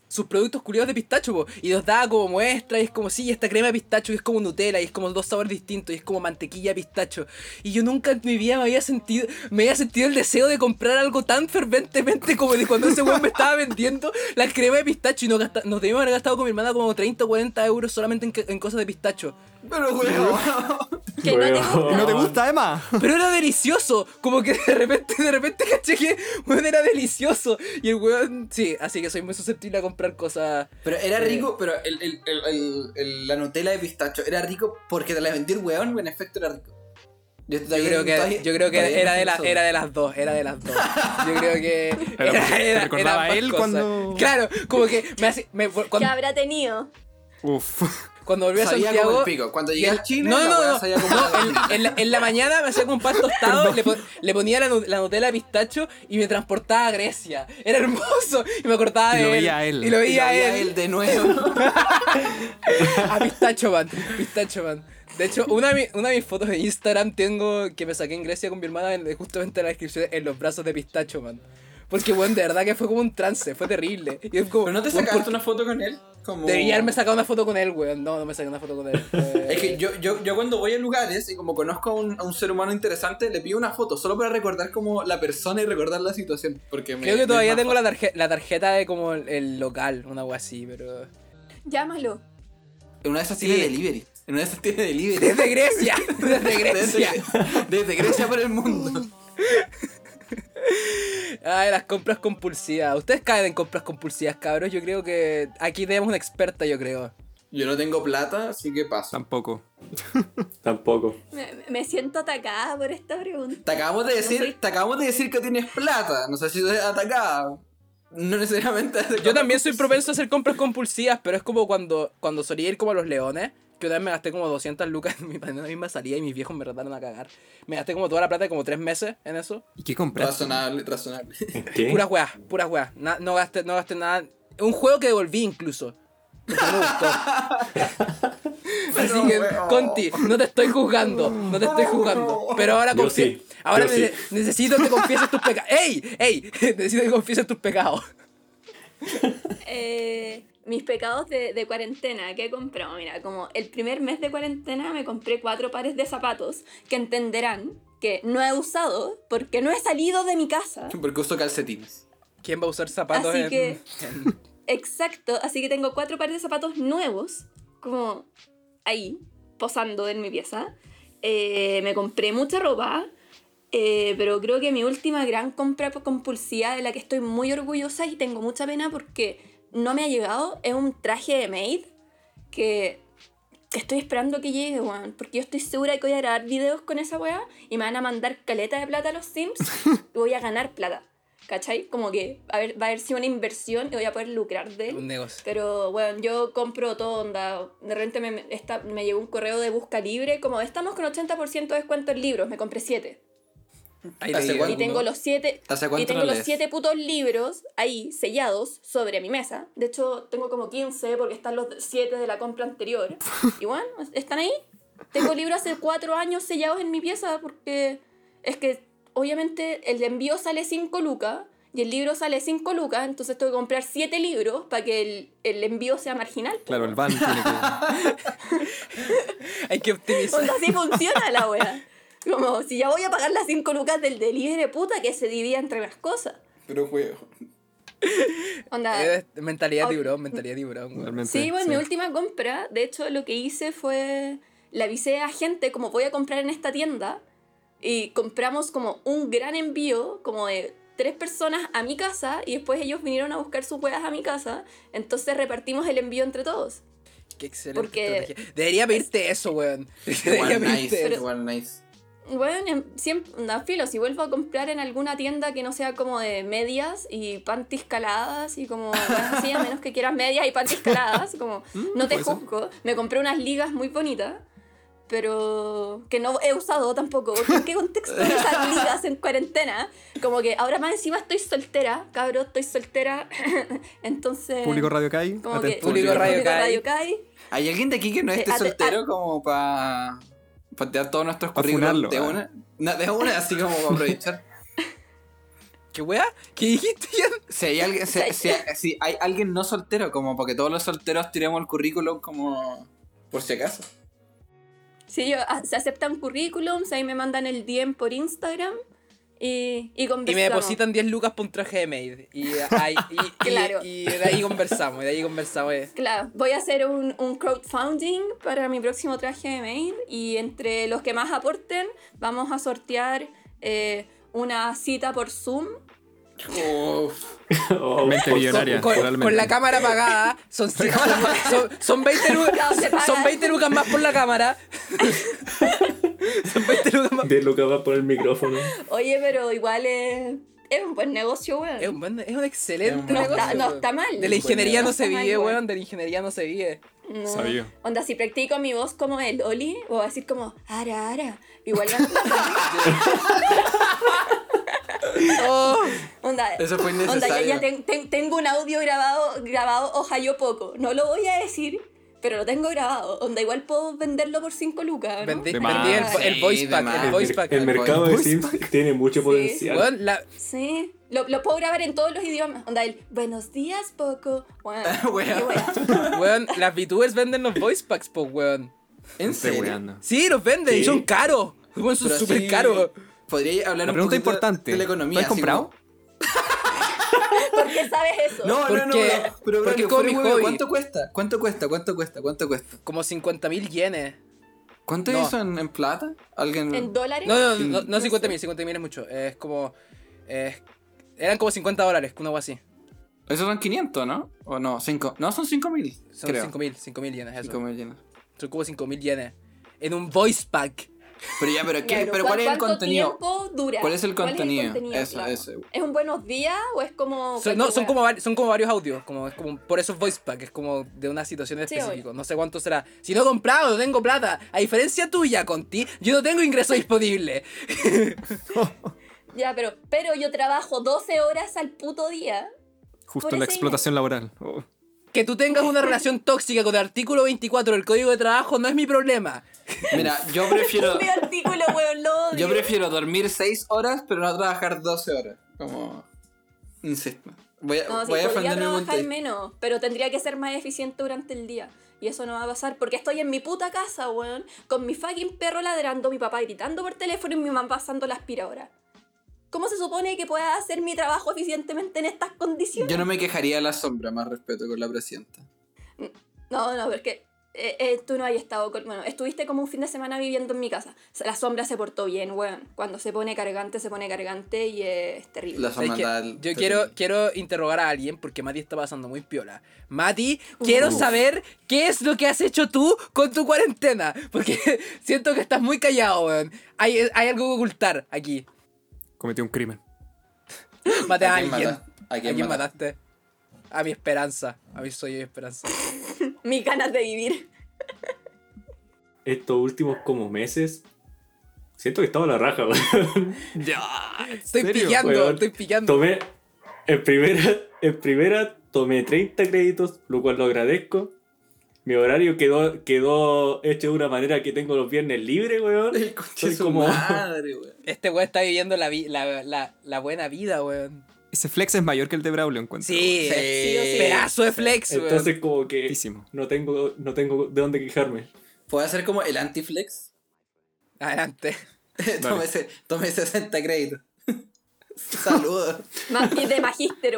Speaker 1: sus productos curiosos de pistacho, po, y nos daba como muestra, y es como, sí, esta crema de pistacho, y es como Nutella, y es como dos sabores distintos, y es como mantequilla de pistacho. Y yo nunca en mi vida me había sentido, me había sentido el deseo de comprar algo tan ferventemente como de cuando ese weón me estaba vendiendo la crema de pistacho, y nos, gasta- nos debíamos haber gastado con mi hermana como 30 o 40 euros solamente en, ca- en cosas de pistacho. [laughs]
Speaker 3: Pero, weón.
Speaker 4: Que no te gusta.
Speaker 2: ¿No te gusta, Emma?
Speaker 1: Pero era delicioso, como que de repente, de repente [laughs] caché que, weón, era delicioso. Y el weón, sí, así que soy muy susceptible a comprar cosas...
Speaker 3: Pero era rico, pero el, el, el, el- el- la Nutella de pistacho era rico porque te la vendí el weón, en efecto era rico. Yo,
Speaker 1: Yo
Speaker 3: todavía-
Speaker 1: creo que,
Speaker 3: todavía-
Speaker 1: yo creo que
Speaker 3: todavía
Speaker 1: era,
Speaker 3: no
Speaker 1: de la,
Speaker 3: pienso.
Speaker 1: era de las dos, era de las dos. Yo creo
Speaker 2: [laughs]
Speaker 1: que.
Speaker 2: Pero
Speaker 1: era-
Speaker 2: porque te
Speaker 1: era-
Speaker 2: recordaba
Speaker 1: eran
Speaker 2: él
Speaker 1: ambas cosas.
Speaker 2: cuando-
Speaker 1: Claro, como que me hace. me-
Speaker 4: que
Speaker 1: cuando,
Speaker 4: habrá tenido?
Speaker 2: Uf.
Speaker 1: cuando volví a
Speaker 3: Sabía
Speaker 1: Santiago.
Speaker 3: como el pico. Cuando llegué
Speaker 1: y el-
Speaker 3: al Chile,
Speaker 1: no, no,
Speaker 3: la
Speaker 1: no,
Speaker 3: weá
Speaker 1: no,
Speaker 3: sabía como
Speaker 1: no,
Speaker 3: la
Speaker 1: en,
Speaker 3: gallina.
Speaker 1: en la, en la mañana me hacía con un pan tostado, le, pon- le ponía la, nu- la Nutella de pistacho y me transportaba a Grecia. Era hermoso. Y me acordaba de
Speaker 2: Y lo
Speaker 1: él,
Speaker 2: veía a él.
Speaker 1: Y lo
Speaker 3: Y la
Speaker 1: veía
Speaker 3: vi
Speaker 1: a
Speaker 3: a
Speaker 1: él.
Speaker 3: él
Speaker 1: [laughs]
Speaker 3: de nuevo.
Speaker 1: A Ah, Pistacho Man, Pistacho Man. De hecho, una de, mi- una de mis fotos de Instagram tengo que me saqué en Grecia con mi hermana en- justamente en la descripción en los brazos de Pistacho Man. Porque, weón, de verdad que fue como un trance, fue terrible. Y es como,
Speaker 3: ¿Pero no te
Speaker 1: weón,
Speaker 3: sacaste
Speaker 1: ¿por
Speaker 3: una foto con él? Como...
Speaker 1: Debía haberme sacado una foto con él, weón. No, no me saqué una foto con
Speaker 3: [laughs]
Speaker 1: él.
Speaker 3: Es que
Speaker 1: Eh,
Speaker 3: yo, yo, yo cuando voy a lugares y como conozco a un, a un ser humano interesante, le pido una foto solo para recordar como la persona y recordar la situación. Porque me-
Speaker 1: Creo que
Speaker 3: me
Speaker 1: todavía
Speaker 3: es más
Speaker 1: tengo la, tarje- la tarjeta de como el, el local, una wea así, pero.
Speaker 4: Llámalo.
Speaker 3: fácil. En una de esas
Speaker 1: Sí.
Speaker 3: tiene delivery. En una de esas tiene delivery.
Speaker 1: ¡Desde
Speaker 3: [laughs]
Speaker 1: Grecia! ¡Desde Grecia!
Speaker 3: Desde, desde Grecia para el mundo.
Speaker 1: Ay, las compras compulsivas. Ustedes caen en compras compulsivas, cabros. Yo creo que aquí tenemos una experta, yo creo.
Speaker 3: Yo no tengo plata, así que paso.
Speaker 2: Tampoco.
Speaker 5: Tampoco.
Speaker 4: Me, me siento atacada por esta pregunta.
Speaker 3: Te acabamos de decir, te acabamos de decir que tienes plata. No sé si eres atacada. No necesariamente.
Speaker 1: Yo también soy propenso a hacer compras compulsivas, pero es como cuando, cuando solía ir como a los leones, que una vez me gasté como 200 lucas en mi en una misma salida y mis viejos me retaron a cagar. Me gasté como toda la plata de como tres meses en eso.
Speaker 2: ¿Y qué compraste?
Speaker 3: Razonable, razonable. [laughs]
Speaker 5: ¿En qué?
Speaker 1: Puras weas, puras weas. Na- no, gasté, no gasté nada. Un juego que devolví incluso. porque no me gustó. Así que,
Speaker 3: weón.
Speaker 1: Conti, no te estoy juzgando, no te estoy juzgando. Pero ahora
Speaker 5: Yo
Speaker 1: confie-
Speaker 5: sí,
Speaker 1: Ahora
Speaker 5: yo
Speaker 1: nece-
Speaker 5: sí.
Speaker 1: necesito que confieses tus pecados. ¡Ey! ¡Ey! [laughs] Necesito que confieses tus pecados.
Speaker 4: Eh, mis pecados de, de cuarentena, ¿qué he comprado? Mira, como el primer mes de cuarentena me compré cuatro pares de zapatos que entenderán que no he usado porque no he salido de mi casa.
Speaker 3: Porque uso calcetines.
Speaker 1: ¿Quién va a usar zapatos
Speaker 4: Así
Speaker 1: en-
Speaker 4: que-
Speaker 1: en-
Speaker 4: Exacto, así que tengo cuatro pares de zapatos nuevos, como ahí, posando en mi pieza. Eh, me compré mucha ropa, eh, pero creo que mi última gran compra compulsiva de la que estoy muy orgullosa y tengo mucha pena porque no me ha llegado es un traje de maid que, que estoy esperando que llegue, weón, porque yo estoy segura que voy a grabar videos con esa weá y me van a mandar caleta de plata a los Sims y voy a ganar plata. ¿Cachai? Como que a ver, va a haber sido una inversión y voy a poder lucrar de él.
Speaker 1: un negocio?
Speaker 4: Pero bueno, yo compro todo onda. De repente me, esta- me llegó un correo de busca libre, como estamos con 80% de descuento en libros, me compré 7.
Speaker 1: Ahí
Speaker 3: ¿Hace
Speaker 1: te digo.
Speaker 4: Y
Speaker 3: cuánto?
Speaker 4: tengo los 7
Speaker 3: ¿Hace
Speaker 4: y
Speaker 3: cuánto
Speaker 4: tengo
Speaker 3: no
Speaker 4: los
Speaker 3: lees?
Speaker 4: siete putos libros ahí sellados sobre mi mesa. De hecho, tengo como 15 porque están los 7 de la compra anterior. Y bueno, están ahí. Tengo libros hace 4 años sellados en mi pieza porque es que obviamente el envío sale 5 lucas y el libro sale 5 lucas, entonces tengo que comprar 7 libros para que el, el envío sea marginal. po.
Speaker 2: Claro, el van tiene que.
Speaker 1: Hay que
Speaker 4: [laughs]
Speaker 1: optimizar.
Speaker 4: Onda, así funciona la wea. Como si ya voy a pagar las 5 lucas del delivery, puta, que se divida entre las cosas.
Speaker 3: Pero juego.
Speaker 4: Onda,
Speaker 1: Eh, mentalidad
Speaker 4: Ah.
Speaker 1: tiburón, mentalidad tiburón, weón.
Speaker 2: Realmente,
Speaker 4: Sí, bueno,
Speaker 2: sí.
Speaker 4: mi última compra, de hecho, lo que hice fue, le avisé a gente como voy a comprar en esta tienda y compramos como un gran envío, como de tres personas a mi casa y después ellos vinieron a buscar sus huevas a mi casa, entonces repartimos el envío entre todos.
Speaker 1: Qué excelente
Speaker 4: Porque-
Speaker 1: estrategia. Debería pedirte eso, weón. Debería
Speaker 3: Igual
Speaker 1: pedirte
Speaker 3: nice.
Speaker 1: eso.
Speaker 3: Igual nice.
Speaker 4: Bueno, em- siempre, onda, filo, si vuelvo a comprar en alguna tienda que no sea como de medias y panties caladas y como cosas así, a menos que quieras medias y panties caladas, como no te
Speaker 2: puede ser.
Speaker 4: juzgo. Me compré unas ligas muy bonitas, pero que no he usado tampoco. porque ¿En qué contexto voy a usar ligas en cuarentena? Como que ahora más encima estoy soltera, cabrón, estoy soltera. [laughs] Entonces.
Speaker 2: Público Radio Kai.
Speaker 4: como que-
Speaker 2: atento.
Speaker 1: Público Radio
Speaker 4: Público
Speaker 1: Kai.
Speaker 4: Kai.
Speaker 3: ¿Hay alguien de aquí que no
Speaker 4: Eh,
Speaker 3: esté
Speaker 4: ate-
Speaker 3: soltero como para patear todos nuestros
Speaker 2: Pa'
Speaker 3: currículums
Speaker 2: funarlo,
Speaker 3: de
Speaker 2: ah.
Speaker 3: una? No, de una, así como para aprovechar.
Speaker 1: ¿Qué weá? ¿Qué dijiste, [laughs] Ian?
Speaker 3: Si hay, alguien, si, si- si hay alguien no soltero, como para que todos los solteros tiremos el currículum como por si [laughs] acaso.
Speaker 4: Sí, yo- a- se aceptan currículums, ahí me mandan el DM por Instagram y,
Speaker 1: Y
Speaker 4: y
Speaker 1: me
Speaker 4: conversamos.
Speaker 1: depositan 10 lucas por un traje de maid. Y, ahí- y- y-
Speaker 4: Claro.
Speaker 1: y de ahí conversamos, y de ahí conversamos. eh.
Speaker 4: Claro, voy a hacer un, un crowdfunding para mi próximo traje de maid y entre los que más aporten vamos a sortear eh, una cita por Zoom.
Speaker 3: Uf.
Speaker 5: [laughs] Oh,
Speaker 2: Mente
Speaker 5: por-
Speaker 2: millonaria.
Speaker 1: Con,
Speaker 2: realmente.
Speaker 1: con la cámara apagada, son, son, son 20
Speaker 4: [laughs]
Speaker 1: lucas,
Speaker 4: Claro, se paga.
Speaker 1: son 20 lucas más por la
Speaker 4: [laughs]
Speaker 1: cámara. son 20 lucas más.
Speaker 5: 10 lucas más por el micrófono.
Speaker 4: Oye, pero igual es, es un buen negocio, weón.
Speaker 1: Es un, buen- es un excelente
Speaker 3: Es un
Speaker 4: no,
Speaker 1: negocio.
Speaker 4: está, no
Speaker 1: weón.
Speaker 4: está mal.
Speaker 1: De la ingeniería
Speaker 4: No
Speaker 1: no se
Speaker 4: está mal, ¿Ah,
Speaker 1: vive,
Speaker 4: weón.
Speaker 1: weón. De la ingeniería no se vive.
Speaker 4: No.
Speaker 2: Sabio.
Speaker 4: Onda, si practico mi voz como el Oli, o decir como, ara, ara, igual ya...
Speaker 1: [laughs] Oh.
Speaker 4: Onda,
Speaker 3: Eso fue
Speaker 4: onda, ya,
Speaker 3: innecesario.
Speaker 4: ya ten- ten- tengo un audio grabado, grabado ojalá yo poco. No lo voy a decir pero lo tengo grabado. Onda, igual puedo venderlo por 5 lucas. ¿no?
Speaker 1: Vendí,
Speaker 2: De
Speaker 1: vendí el,
Speaker 4: más.
Speaker 1: el
Speaker 3: Sí,
Speaker 1: voice
Speaker 3: de
Speaker 1: pack,
Speaker 3: más.
Speaker 1: el
Speaker 3: El
Speaker 1: Ah, voice
Speaker 5: mer-
Speaker 1: pack.
Speaker 5: el mercado de
Speaker 2: Voice
Speaker 5: Sims tiene mucho potencial.
Speaker 1: Weón, la-
Speaker 4: Sí, lo, lo puedo grabar en todos los idiomas. Onda, el buenos días, poco.
Speaker 3: [laughs]
Speaker 4: Bueno,
Speaker 3: Wea.
Speaker 4: qué wea.
Speaker 1: weón, las VTubers venden los voice packs, po, weón.
Speaker 3: ¿En
Speaker 2: Estoy
Speaker 3: serio?
Speaker 2: weando.
Speaker 1: Sí, los venden y
Speaker 5: Sí.
Speaker 1: son caros. Weón, son
Speaker 3: Pero
Speaker 1: súper
Speaker 3: así,
Speaker 1: caros.
Speaker 3: Podría hablar
Speaker 2: La
Speaker 3: un
Speaker 2: pregunta
Speaker 3: poquito
Speaker 2: importante.
Speaker 3: de la
Speaker 2: ¿Lo
Speaker 3: economía.
Speaker 2: has
Speaker 3: así
Speaker 2: comprado?
Speaker 3: como-
Speaker 4: ¿Por qué sabes eso?
Speaker 3: No, no,
Speaker 1: Porque-
Speaker 3: no, pero-
Speaker 1: porque
Speaker 3: pero Braulio,
Speaker 1: como
Speaker 3: fuera
Speaker 1: mi
Speaker 3: de huevo,
Speaker 1: hobby.
Speaker 3: ¿cuánto cuesta? ¿Cuánto cuesta? ¿Cuánto cuesta? ¿Cuánto cuesta?
Speaker 1: Como 50 mil yenes.
Speaker 3: ¿Cuánto
Speaker 1: No.
Speaker 3: es eso en, en plata? ¿Alguien?
Speaker 4: ¿En dólares?
Speaker 1: No, no, no, no
Speaker 4: Sí.
Speaker 1: 50 mil, 50 mil es mucho. Es como. eh, eran como 50 dólares, una cosa así.
Speaker 3: Esos son 500, ¿no? ¿O no? Cinco. No, son 5000.
Speaker 1: Son
Speaker 3: creo.
Speaker 1: 5 mil, 5 mil yenes, eso.
Speaker 3: 5000 llenas.
Speaker 1: Son como 5 mil yenes. En un voice pack.
Speaker 3: Pero ya, pero,
Speaker 4: Ya,
Speaker 3: ¿qué, pero ¿cuál
Speaker 4: ¿cuá-
Speaker 3: es el
Speaker 4: cuánto
Speaker 3: contenido?
Speaker 4: tiempo dura?
Speaker 3: ¿Cuál es el contenido? Eso,
Speaker 4: Claro.
Speaker 3: eso.
Speaker 4: ¿Es un buenos días o es como.?
Speaker 1: Son-
Speaker 4: cualquier
Speaker 1: no, son
Speaker 4: wea?
Speaker 1: como, vari- son como varios audios. Como, es como, por eso es voice pack, es como de una situación
Speaker 4: Sí, obvio.
Speaker 1: específica. No sé cuánto será. Si no he comprado, no tengo plata. A diferencia tuya, Conti, yo no tengo ingreso [laughs] disponible.
Speaker 4: Ya, pero, pero yo trabajo 12 horas al puto día.
Speaker 2: Justo
Speaker 4: Por
Speaker 2: la
Speaker 4: ese
Speaker 2: explotación laboral. Oh.
Speaker 1: Que tú tengas una
Speaker 4: [laughs]
Speaker 1: relación tóxica con el artículo 24 del Código de Trabajo no es mi problema.
Speaker 3: Mira, yo
Speaker 4: [laughs]
Speaker 3: prefiero,
Speaker 4: Mi artículo, weón, lo odio.
Speaker 3: yo prefiero dormir 6 horas, pero no trabajar 12 horas. Como. Insisto. Voy a,
Speaker 4: No, sí,
Speaker 3: voy a
Speaker 4: podría
Speaker 3: defender mi punto.
Speaker 4: trabajar
Speaker 3: de-
Speaker 4: menos, pero tendría que ser más eficiente durante el día. Y eso no va a pasar porque estoy en mi puta casa, weón, con mi fucking perro ladrando, mi papá gritando por teléfono y mi mamá pasando la aspiradora. ¿Cómo se supone que pueda hacer mi trabajo eficientemente en estas condiciones?
Speaker 3: Yo no me quejaría de la sombra, más respeto con la presidenta.
Speaker 4: No, no, porque eh, eh, tú no hayas estado con... Bueno, estuviste como un fin de semana viviendo en mi casa. La sombra se portó bien, weón. Cuando se pone cargante, se pone cargante y eh, es terrible.
Speaker 3: La sombra
Speaker 1: Es que
Speaker 3: da el-
Speaker 1: yo quiero, quiero interrogar a alguien porque Mati está pasando muy piola. Mati,
Speaker 4: Uh.
Speaker 1: quiero saber qué es lo que has hecho tú con tu cuarentena. Porque [laughs] siento que estás muy callado, weón. Hay, hay algo que ocultar aquí.
Speaker 2: Cometí un crimen.
Speaker 1: Maté a,
Speaker 3: ¿A quién
Speaker 1: alguien.
Speaker 3: mata- a quién mata?
Speaker 1: mataste? A mi esperanza. A mi soy y esperanza.
Speaker 4: [laughs] Mis ganas de vivir.
Speaker 5: Estos últimos como meses, siento que estaba la
Speaker 1: [laughs]
Speaker 5: raja, weón.
Speaker 1: Estoy
Speaker 2: serio,
Speaker 1: pillando,
Speaker 5: weón?
Speaker 1: estoy pillando.
Speaker 5: Tomé, en primera, en primera tomé 30 créditos, lo cual lo agradezco. Mi horario quedó, quedó hecho de una manera que tengo los viernes libres,
Speaker 3: [laughs]
Speaker 5: weón.
Speaker 3: El coche
Speaker 5: Soy
Speaker 3: de su
Speaker 5: como-
Speaker 3: madre, weón.
Speaker 1: Este weón está viviendo la, vi- la, la, la buena vida, weón.
Speaker 2: Ese flex es mayor que el de Braulio, encuentro.
Speaker 1: Sí, sí,
Speaker 3: Sí, o Eh, sí.
Speaker 1: pedazo de
Speaker 5: [laughs]
Speaker 1: flex, weón.
Speaker 5: Entonces como que
Speaker 2: Altísimo.
Speaker 5: no tengo, no tengo de dónde quejarme.
Speaker 3: ¿Puedo hacer como el antiflex? [laughs]
Speaker 1: Adelante.
Speaker 3: tómese, tómese 60 créditos. [laughs] Saludos.
Speaker 4: Ma- y de magíster,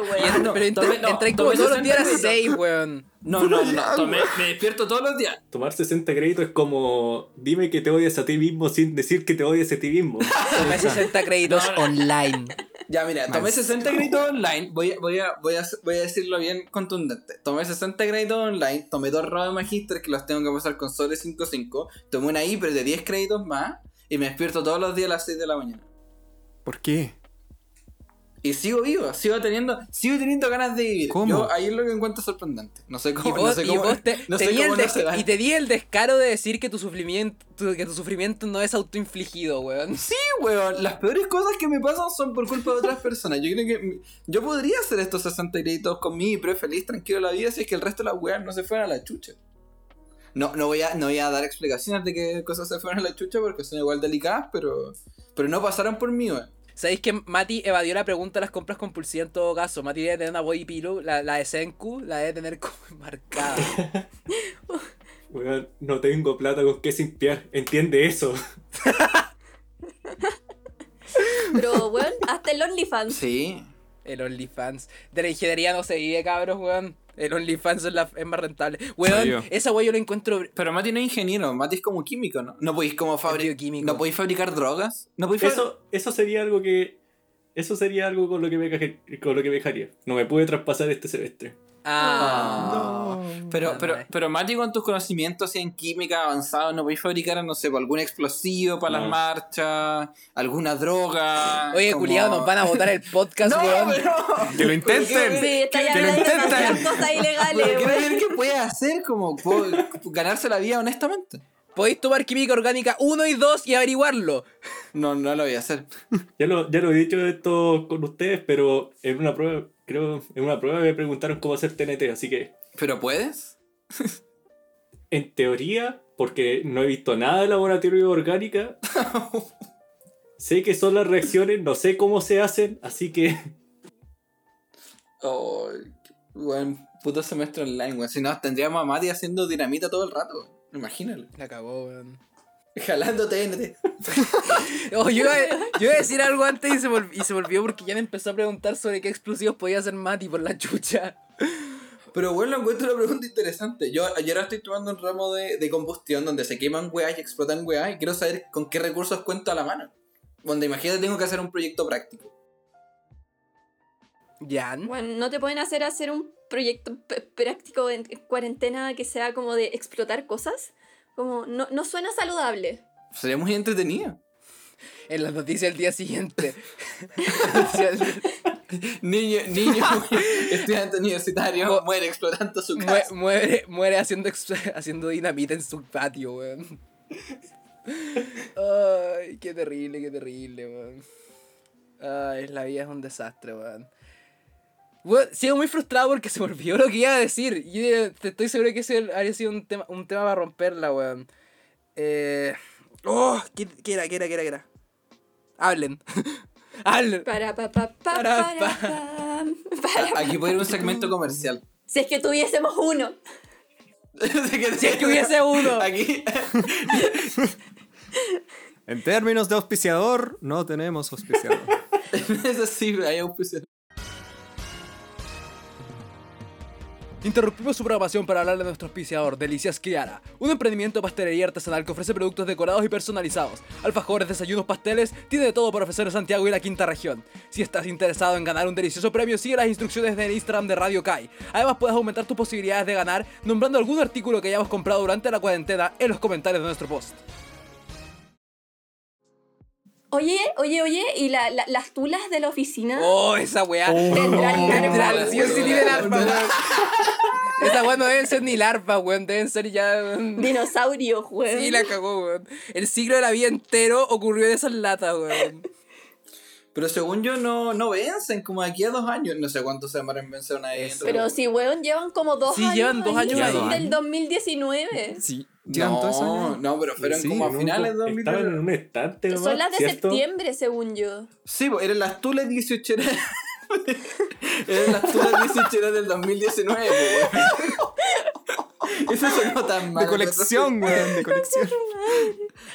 Speaker 3: [laughs]
Speaker 4: weón.
Speaker 3: No,
Speaker 1: Pero entra
Speaker 3: tomé- no,
Speaker 1: entré como
Speaker 3: tomé
Speaker 1: todos los días a las
Speaker 3: 60
Speaker 1: 6, weón.
Speaker 3: [laughs] No, no, no. tomé- me despierto todos los días.
Speaker 5: Tomar 60 créditos es como dime que te odias a ti mismo sin decir que te odias a ti mismo.
Speaker 3: [laughs]
Speaker 1: Tomé 60 créditos online.
Speaker 3: Ya, mira, tomé
Speaker 2: Man.
Speaker 3: 60 créditos online. Voy a, voy, a, voy, a, voy a decirlo bien contundente. Tomé 60 créditos online. Tomé dos rounds de magister que los tengo que pasar con sobre 5-5. Tomé una hiper de 10 créditos más. Y me despierto todos los días a las 6 de la mañana.
Speaker 2: ¿Por qué?
Speaker 3: Y sigo vivo, sigo teniendo, sigo teniendo ganas de vivir.
Speaker 2: ¿Cómo?
Speaker 3: Yo ahí es lo que encuentro sorprendente. No sé
Speaker 1: Y
Speaker 3: cómo, no
Speaker 1: vos,
Speaker 3: sé
Speaker 1: y
Speaker 3: cómo-
Speaker 1: vos te,
Speaker 3: no
Speaker 1: te
Speaker 3: sé
Speaker 1: di el
Speaker 3: cómo no
Speaker 1: des-
Speaker 3: se dan.
Speaker 1: y te di el descaro de decir que tu sufrimiento, que tu sufrimiento no es autoinfligido, weón.
Speaker 3: Sí, weón, las peores cosas que me pasan son por culpa de otras personas. Yo creo que mi- yo podría hacer estos 60 créditos con mi pero feliz, tranquilo la vida, si es que el resto de las weas no se fueran a la chucha. No, no voy a, no voy a dar explicaciones de que cosas se fueron a la chucha porque son igual delicadas, pero, pero no pasaron por mí, weón.
Speaker 1: Sabéis que Mati evadió la pregunta de las compras compulsivas en todo caso. Mati debe tener una body pillow, la, la de Senku, la debe tener como [laughs] marcada.
Speaker 5: Weón, no tengo plata con qué simpiar. Entiende eso.
Speaker 4: Pero, weón, hasta el OnlyFans.
Speaker 3: Sí.
Speaker 1: El OnlyFans. De la ingeniería no se vive, cabros, weón. El OnlyFans es, la- es más rentable. Weón,
Speaker 2: Soy yo.
Speaker 1: esa weón yo la encuentro.
Speaker 3: Pero Mati no es ingeniero, Mati es como químico, ¿no? No podéis como fabricar.
Speaker 1: bioquímico.
Speaker 3: No podéis fabricar drogas. No podéis fabricar.
Speaker 5: Eso, eso sería algo que. Eso sería algo con lo que me caje- con lo que me dejaría. No me pude traspasar este semestre.
Speaker 1: Ah.
Speaker 2: No.
Speaker 3: Pero,
Speaker 1: No,
Speaker 3: pero,
Speaker 1: no es.
Speaker 3: pero Mati, con tus conocimientos en química avanzada, ¿no podéis fabricar, no sé, pues, algún explosivo para las
Speaker 5: No.
Speaker 3: marchas? ¿Alguna droga?
Speaker 1: Oye,
Speaker 3: como-
Speaker 1: culiado, nos van a botar el podcast,
Speaker 3: [laughs] ¡No,
Speaker 1: weón.
Speaker 3: pero! [laughs]
Speaker 2: ¡Que lo
Speaker 3: intenten!
Speaker 4: Sí, está
Speaker 2: Que-
Speaker 4: ya
Speaker 2: que lo
Speaker 4: hablando de
Speaker 2: intenten.
Speaker 4: demasiadas cosas
Speaker 3: Pero
Speaker 4: ilegales,
Speaker 3: quiero
Speaker 4: weón.
Speaker 3: ver qué puede hacer, como puedo [laughs] ganarse la vida honestamente.
Speaker 1: Podéis tomar química orgánica 1 y 2 y averiguarlo.
Speaker 3: No, no lo voy a hacer.
Speaker 5: Ya lo, ya lo he dicho esto con ustedes, pero en una prueba, creo, en una prueba me preguntaron cómo hacer TNT, así que
Speaker 3: ¿Pero puedes?
Speaker 5: en teoría, porque no he visto nada de
Speaker 3: [laughs]
Speaker 5: laboratorio orgánica, sé que son las reacciones, no sé cómo se hacen, así que
Speaker 3: Oh, weón, puto semestre online, weón. Si no, tendríamos a Mati haciendo dinamita todo el rato. Imagínalo.
Speaker 1: La cagó, weón.
Speaker 3: Jalando TNT.
Speaker 1: Oh, yo, iba, yo iba a decir algo antes y se, vol- y se volvió porque ya me empezó a preguntar sobre qué explosivos podía hacer Mati por la chucha.
Speaker 3: Pero bueno, encuentro la pregunta interesante. Yo ayer estoy tomando un ramo de, de combustión donde se queman weas y explotan weas y quiero saber con qué recursos cuento a la mano. Donde imagínate tengo que hacer un proyecto práctico.
Speaker 1: Jan.
Speaker 4: Bueno, no te pueden hacer hacer un proyecto p- práctico en en cuarentena que sea como de explotar cosas. Como, no, no suena saludable.
Speaker 3: Sería muy entretenido.
Speaker 1: En las noticias del día siguiente. [laughs] Noticia del día-
Speaker 3: Niño, [laughs] niño, estudiante universitario
Speaker 1: Mo-
Speaker 3: muere explotando su
Speaker 1: Mue-
Speaker 3: casa.
Speaker 1: muere, muere haciendo, ex- haciendo dinamita en su patio, weón. Ay, qué terrible, qué terrible, weón. Ay, la vida es un desastre, weón. Weón, sigo muy frustrado porque se me olvidó lo que iba a decir. Y eh, te estoy seguro que ese habría sido un tema, un tema para romperla, weón. Eh... Oh, ¿qué, qué era, qué era, qué era, qué era? Hablen. [laughs] Hablen.
Speaker 4: Para, pa, pa, pa,
Speaker 1: Para,
Speaker 4: para,
Speaker 1: pa.
Speaker 4: [laughs] pam.
Speaker 3: A- Aquí puede ir un [laughs] segmento comercial.
Speaker 4: Si es que tuviésemos uno.
Speaker 1: Si es que hubiese uno.
Speaker 3: Aquí, [laughs]
Speaker 2: En términos de auspiciador, no tenemos auspiciador.
Speaker 3: eso sí, hay auspicio.
Speaker 1: Interrumpimos su programación para hablar de nuestro auspiciador, Delicias Kiara, un emprendimiento de pastelería artesanal que ofrece productos decorados y personalizados, alfajores, desayunos, pasteles, tiene de todo para ofrecer en Santiago y la quinta región. Si estás interesado en ganar un delicioso premio, sigue las instrucciones del Instagram de Radio Kai. Además, puedes aumentar tus posibilidades de ganar nombrando algún artículo que hayamos comprado durante la cuarentena en los comentarios de nuestro post.
Speaker 4: Oye, oye, oye, ¿y la- la- las tulas de la oficina?
Speaker 1: ¡Oh, esa weá!
Speaker 4: Tendrán
Speaker 1: Tendrán,
Speaker 4: armas,
Speaker 1: sí o sí
Speaker 4: weón.
Speaker 1: tienen arpa, weón. Esa weá no deben ser ni larva, weón, deben ser ya... weón,
Speaker 4: Dinosaurios, weón.
Speaker 1: Sí, la cagó, weón. El siglo de la vida entero ocurrió en esas latas, weón.
Speaker 3: Pero según yo, no, no vencen como de aquí a dos años. No sé cuánto se demoran en vencer una de ellas.
Speaker 4: Pero si, weón, llevan como dos
Speaker 1: Sí,
Speaker 4: años.
Speaker 1: llevan dos
Speaker 4: ahí,
Speaker 1: años
Speaker 2: ahí.
Speaker 4: Del 2019.
Speaker 2: Sí, llevan todos esos
Speaker 3: No,
Speaker 2: años.
Speaker 3: no, pero fueron
Speaker 2: Sí,
Speaker 3: como a
Speaker 5: no,
Speaker 3: finales de
Speaker 5: estaban en
Speaker 3: 2019.
Speaker 5: un estante nomás,
Speaker 4: Son las de
Speaker 5: ¿cierto?
Speaker 4: septiembre, según yo.
Speaker 3: Sí, pues eran las tulas 18 [laughs] Eran las tulas 18 del 2019, pues, weón. [laughs] Eso sonó tan mal.
Speaker 2: De colección, weón, de colección.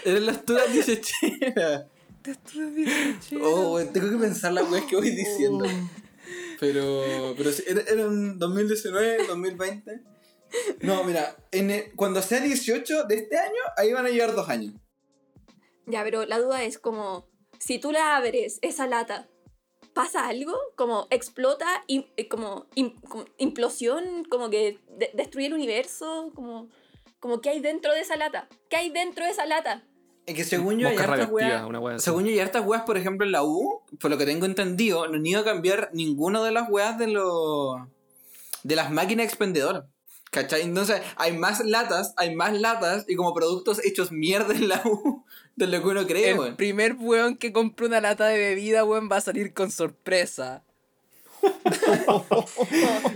Speaker 3: Eran las tulas 18 Oh, weón, tengo que pensar las weas que voy diciendo.
Speaker 2: Oh.
Speaker 3: Pero, pero sí, era, era en 2019, 2020. No, mira, en el- cuando sea 18 de este año, ahí van a llevar dos años.
Speaker 4: Ya, pero la duda es como, si tú la abres, esa lata, ¿pasa algo? Como explota, im- eh, como, im- como implosión, como que de- destruye el universo, como, como ¿qué hay dentro de esa lata? ¿Qué hay dentro de esa lata?
Speaker 3: Es que según yo hay
Speaker 2: Mosca
Speaker 3: hartas
Speaker 2: radioactiva,
Speaker 3: weas-
Speaker 2: una wea así.
Speaker 3: Según yo hay hartas weas, por ejemplo, en la U, por lo que tengo entendido, no han ido a cambiar ninguna de las weas de los de las máquinas expendedoras. ¿Cachai? Entonces, hay más latas, hay más latas y como productos hechos mierda en la U [laughs] de lo que uno cree,
Speaker 1: El
Speaker 3: weón.
Speaker 1: primer weón que compre una lata de bebida, weón, va a salir con sorpresa.
Speaker 4: Como,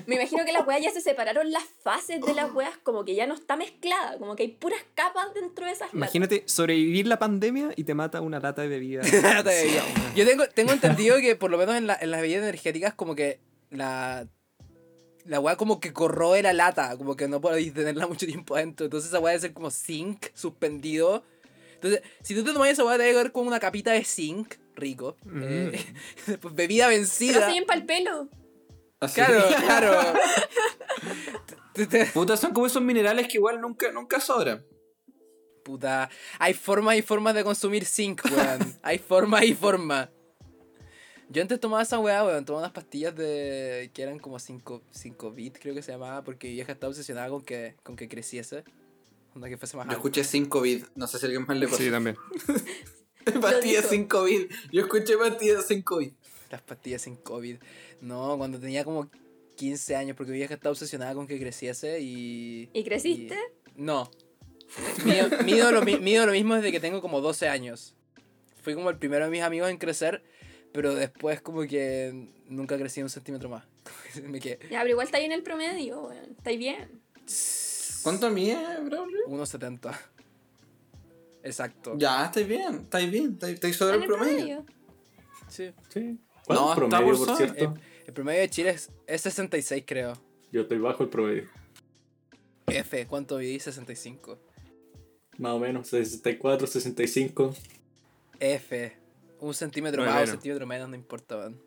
Speaker 4: me imagino que las weas ya se separaron las fases de las weas, como que ya no está mezclada, como que hay puras capas dentro de esas latas.
Speaker 2: Imagínate sobrevivir la pandemia y te mata una lata de bebida.
Speaker 1: Una [laughs] lata de bebida. Yo tengo, tengo entendido que por lo menos en, la- en las bebidas energéticas como que la... La weá como que corroe la lata, como que no podéis tenerla mucho tiempo adentro. Entonces esa weá debe ser como zinc suspendido. Entonces, si tú te tomas esa weá, te debe ver con una capita de zinc, rico. Eh, [laughs] después bebida
Speaker 4: Pero
Speaker 1: vencida.
Speaker 4: siguen pa'l pelo.
Speaker 3: Así. [laughs]
Speaker 1: Claro, claro. Te- te-
Speaker 3: Puta, son como esos minerales que igual nunca, nunca sobran.
Speaker 1: Puta. Hay formas y formas de consumir zinc, weón. Hay formas y formas. Yo antes tomaba esa weá, weón. Tomaba unas pastillas de. que eran como 5 bits, creo que se llamaba, porque mi vieja estaba obsesionada con que, con que creciese. Onda que fuese más
Speaker 3: Yo
Speaker 1: alto.
Speaker 3: escuché 5 COVID, no sé si alguien más le pasó.
Speaker 2: Sí, también.
Speaker 3: pastillas [laughs]
Speaker 4: dijo.
Speaker 3: 5 COVID. Yo escuché pastillas 5 COVID.
Speaker 1: Las pastillas sin COVID. No, cuando tenía como 15 años, porque mi vieja estaba obsesionada con que creciese y.
Speaker 4: ¿Y creciste?
Speaker 1: No. Mido, mido lo, mi- mido lo mismo desde que tengo como 12 años. Fui como el primero de mis amigos en crecer, pero después como que nunca crecí un centímetro más. Como que [laughs] Me quedé.
Speaker 4: Ya, pero igual está ahí en el promedio, weón. Está ahí bien.
Speaker 3: ¿Cuánto mía, Braulio?
Speaker 1: 1.70. Exacto.
Speaker 3: Ya, estáis bien, estáis bien, estáis, estáis sobre el promedio.
Speaker 1: Sí.
Speaker 5: Sí. ¿Cuál
Speaker 3: No,
Speaker 5: es el promedio,
Speaker 3: está
Speaker 5: por
Speaker 3: por
Speaker 5: cierto?
Speaker 1: El, el promedio de Chile es, es 66, creo.
Speaker 5: Yo estoy bajo el promedio.
Speaker 1: F, ¿cuánto viví? 65.
Speaker 5: Más o menos, 64, 65.
Speaker 1: F. Un centímetro
Speaker 2: Muy
Speaker 1: más,
Speaker 2: bueno.
Speaker 1: un centímetro menos, no importa, man.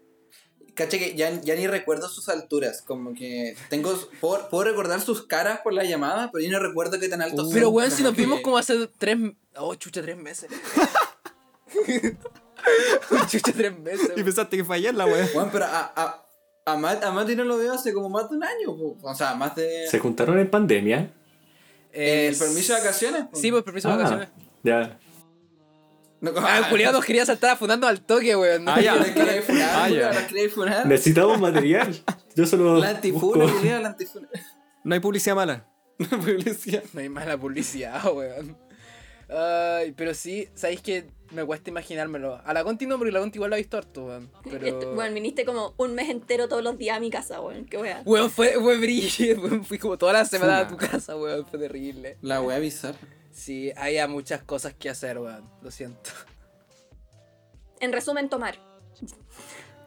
Speaker 3: Cacha que ya, ya ni recuerdo sus alturas, como que tengo puedo, puedo recordar sus caras por la llamada, pero yo no recuerdo qué tan altos
Speaker 1: Uh, Pero,
Speaker 3: son,
Speaker 1: weón, si nos
Speaker 3: que-
Speaker 1: vimos como hace tres. Oh, chucha, tres meses. chucha, tres meses.
Speaker 2: Y pues, pensaste que fue ayer la wea.
Speaker 3: Bueno, pero a, a, a, Matt, a Mati no lo veo hace como más de un año, po. o sea, más de...
Speaker 5: ¿Se juntaron en pandemia?
Speaker 1: Eh,
Speaker 3: ¿El permiso de vacaciones? po.
Speaker 1: Sí, pues permiso de
Speaker 5: Ah,
Speaker 1: vacaciones.
Speaker 3: eh.
Speaker 5: Ya.
Speaker 3: No,
Speaker 1: Ah,
Speaker 3: [laughs]
Speaker 1: el culiao nos quería saltar afunando al toque, weón.
Speaker 2: Ah, ya.
Speaker 3: No quería funar,
Speaker 2: Ah, ya.
Speaker 3: culiao, no quería funar.
Speaker 5: Necesitamos material.
Speaker 3: [laughs]
Speaker 5: Yo solo.
Speaker 3: La antifuna,
Speaker 5: busco-
Speaker 3: culiao, la antifuna. [laughs]
Speaker 2: No hay publicidad mala.
Speaker 3: Publicidad.
Speaker 1: [laughs] No hay mala publicidad, weón. Ay, pero sí, sabéis que me cuesta imaginármelo. A la Conti no, porque la Conti igual lo ha visto harto, weón.
Speaker 4: Este-
Speaker 1: Pero.
Speaker 4: Bueno, viniste como un mes entero todos los días a mi casa, weón. Qué wea.
Speaker 1: Weón, fue, fue brillo, [laughs] weón. Fui como toda la semana a tu
Speaker 2: Funa.
Speaker 1: casa, weón. Fue terrible.
Speaker 3: La voy a avisar.
Speaker 1: Sí, había muchas cosas que hacer, weón. Lo siento.
Speaker 4: En resumen, tomar.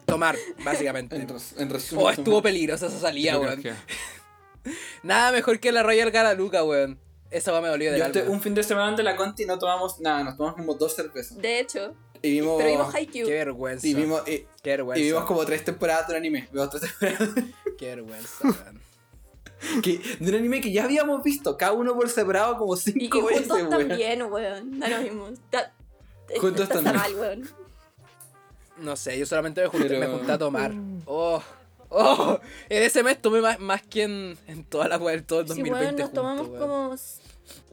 Speaker 1: Tomar, básicamente.
Speaker 2: [laughs]
Speaker 3: En, res- en resumen.
Speaker 1: Oh, estuvo peligrosa esa salida,
Speaker 2: Yo creo
Speaker 1: weón.
Speaker 2: que-
Speaker 1: Nada mejor que la Royal Galaluca, weón. Esa weón me dolió del
Speaker 3: Yo este-
Speaker 1: alma.
Speaker 3: un fin de semana de la Conti no tomamos nada, nos tomamos como dos cervezas.
Speaker 4: De hecho,
Speaker 3: Y vimos.
Speaker 4: pero vimos
Speaker 1: Oh, Qué
Speaker 4: Haikyuu.
Speaker 1: vergüenza.
Speaker 3: y vimos, y,
Speaker 1: Qué vergüenza.
Speaker 3: y vimos como tres temporadas de un anime. Vimos tres temporadas [laughs]
Speaker 1: Qué vergüenza, weón.
Speaker 3: que- de un anime que ya habíamos visto, cada uno por separado como
Speaker 4: Y, y
Speaker 3: cinco veces,
Speaker 4: juntos
Speaker 3: weón.
Speaker 4: también, weón. Da lo mismo. Está-
Speaker 3: Juntos
Speaker 4: está
Speaker 3: también.
Speaker 4: mal, weón.
Speaker 1: No sé, yo solamente me junté,
Speaker 3: Pero-
Speaker 1: me junté a tomar. Oh, oh. En ese mes tomé más, más que en, en toda la web, todo el
Speaker 4: Sí,
Speaker 1: 2020.
Speaker 4: weón, nos
Speaker 1: junto,
Speaker 4: tomamos
Speaker 1: weón.
Speaker 4: como s-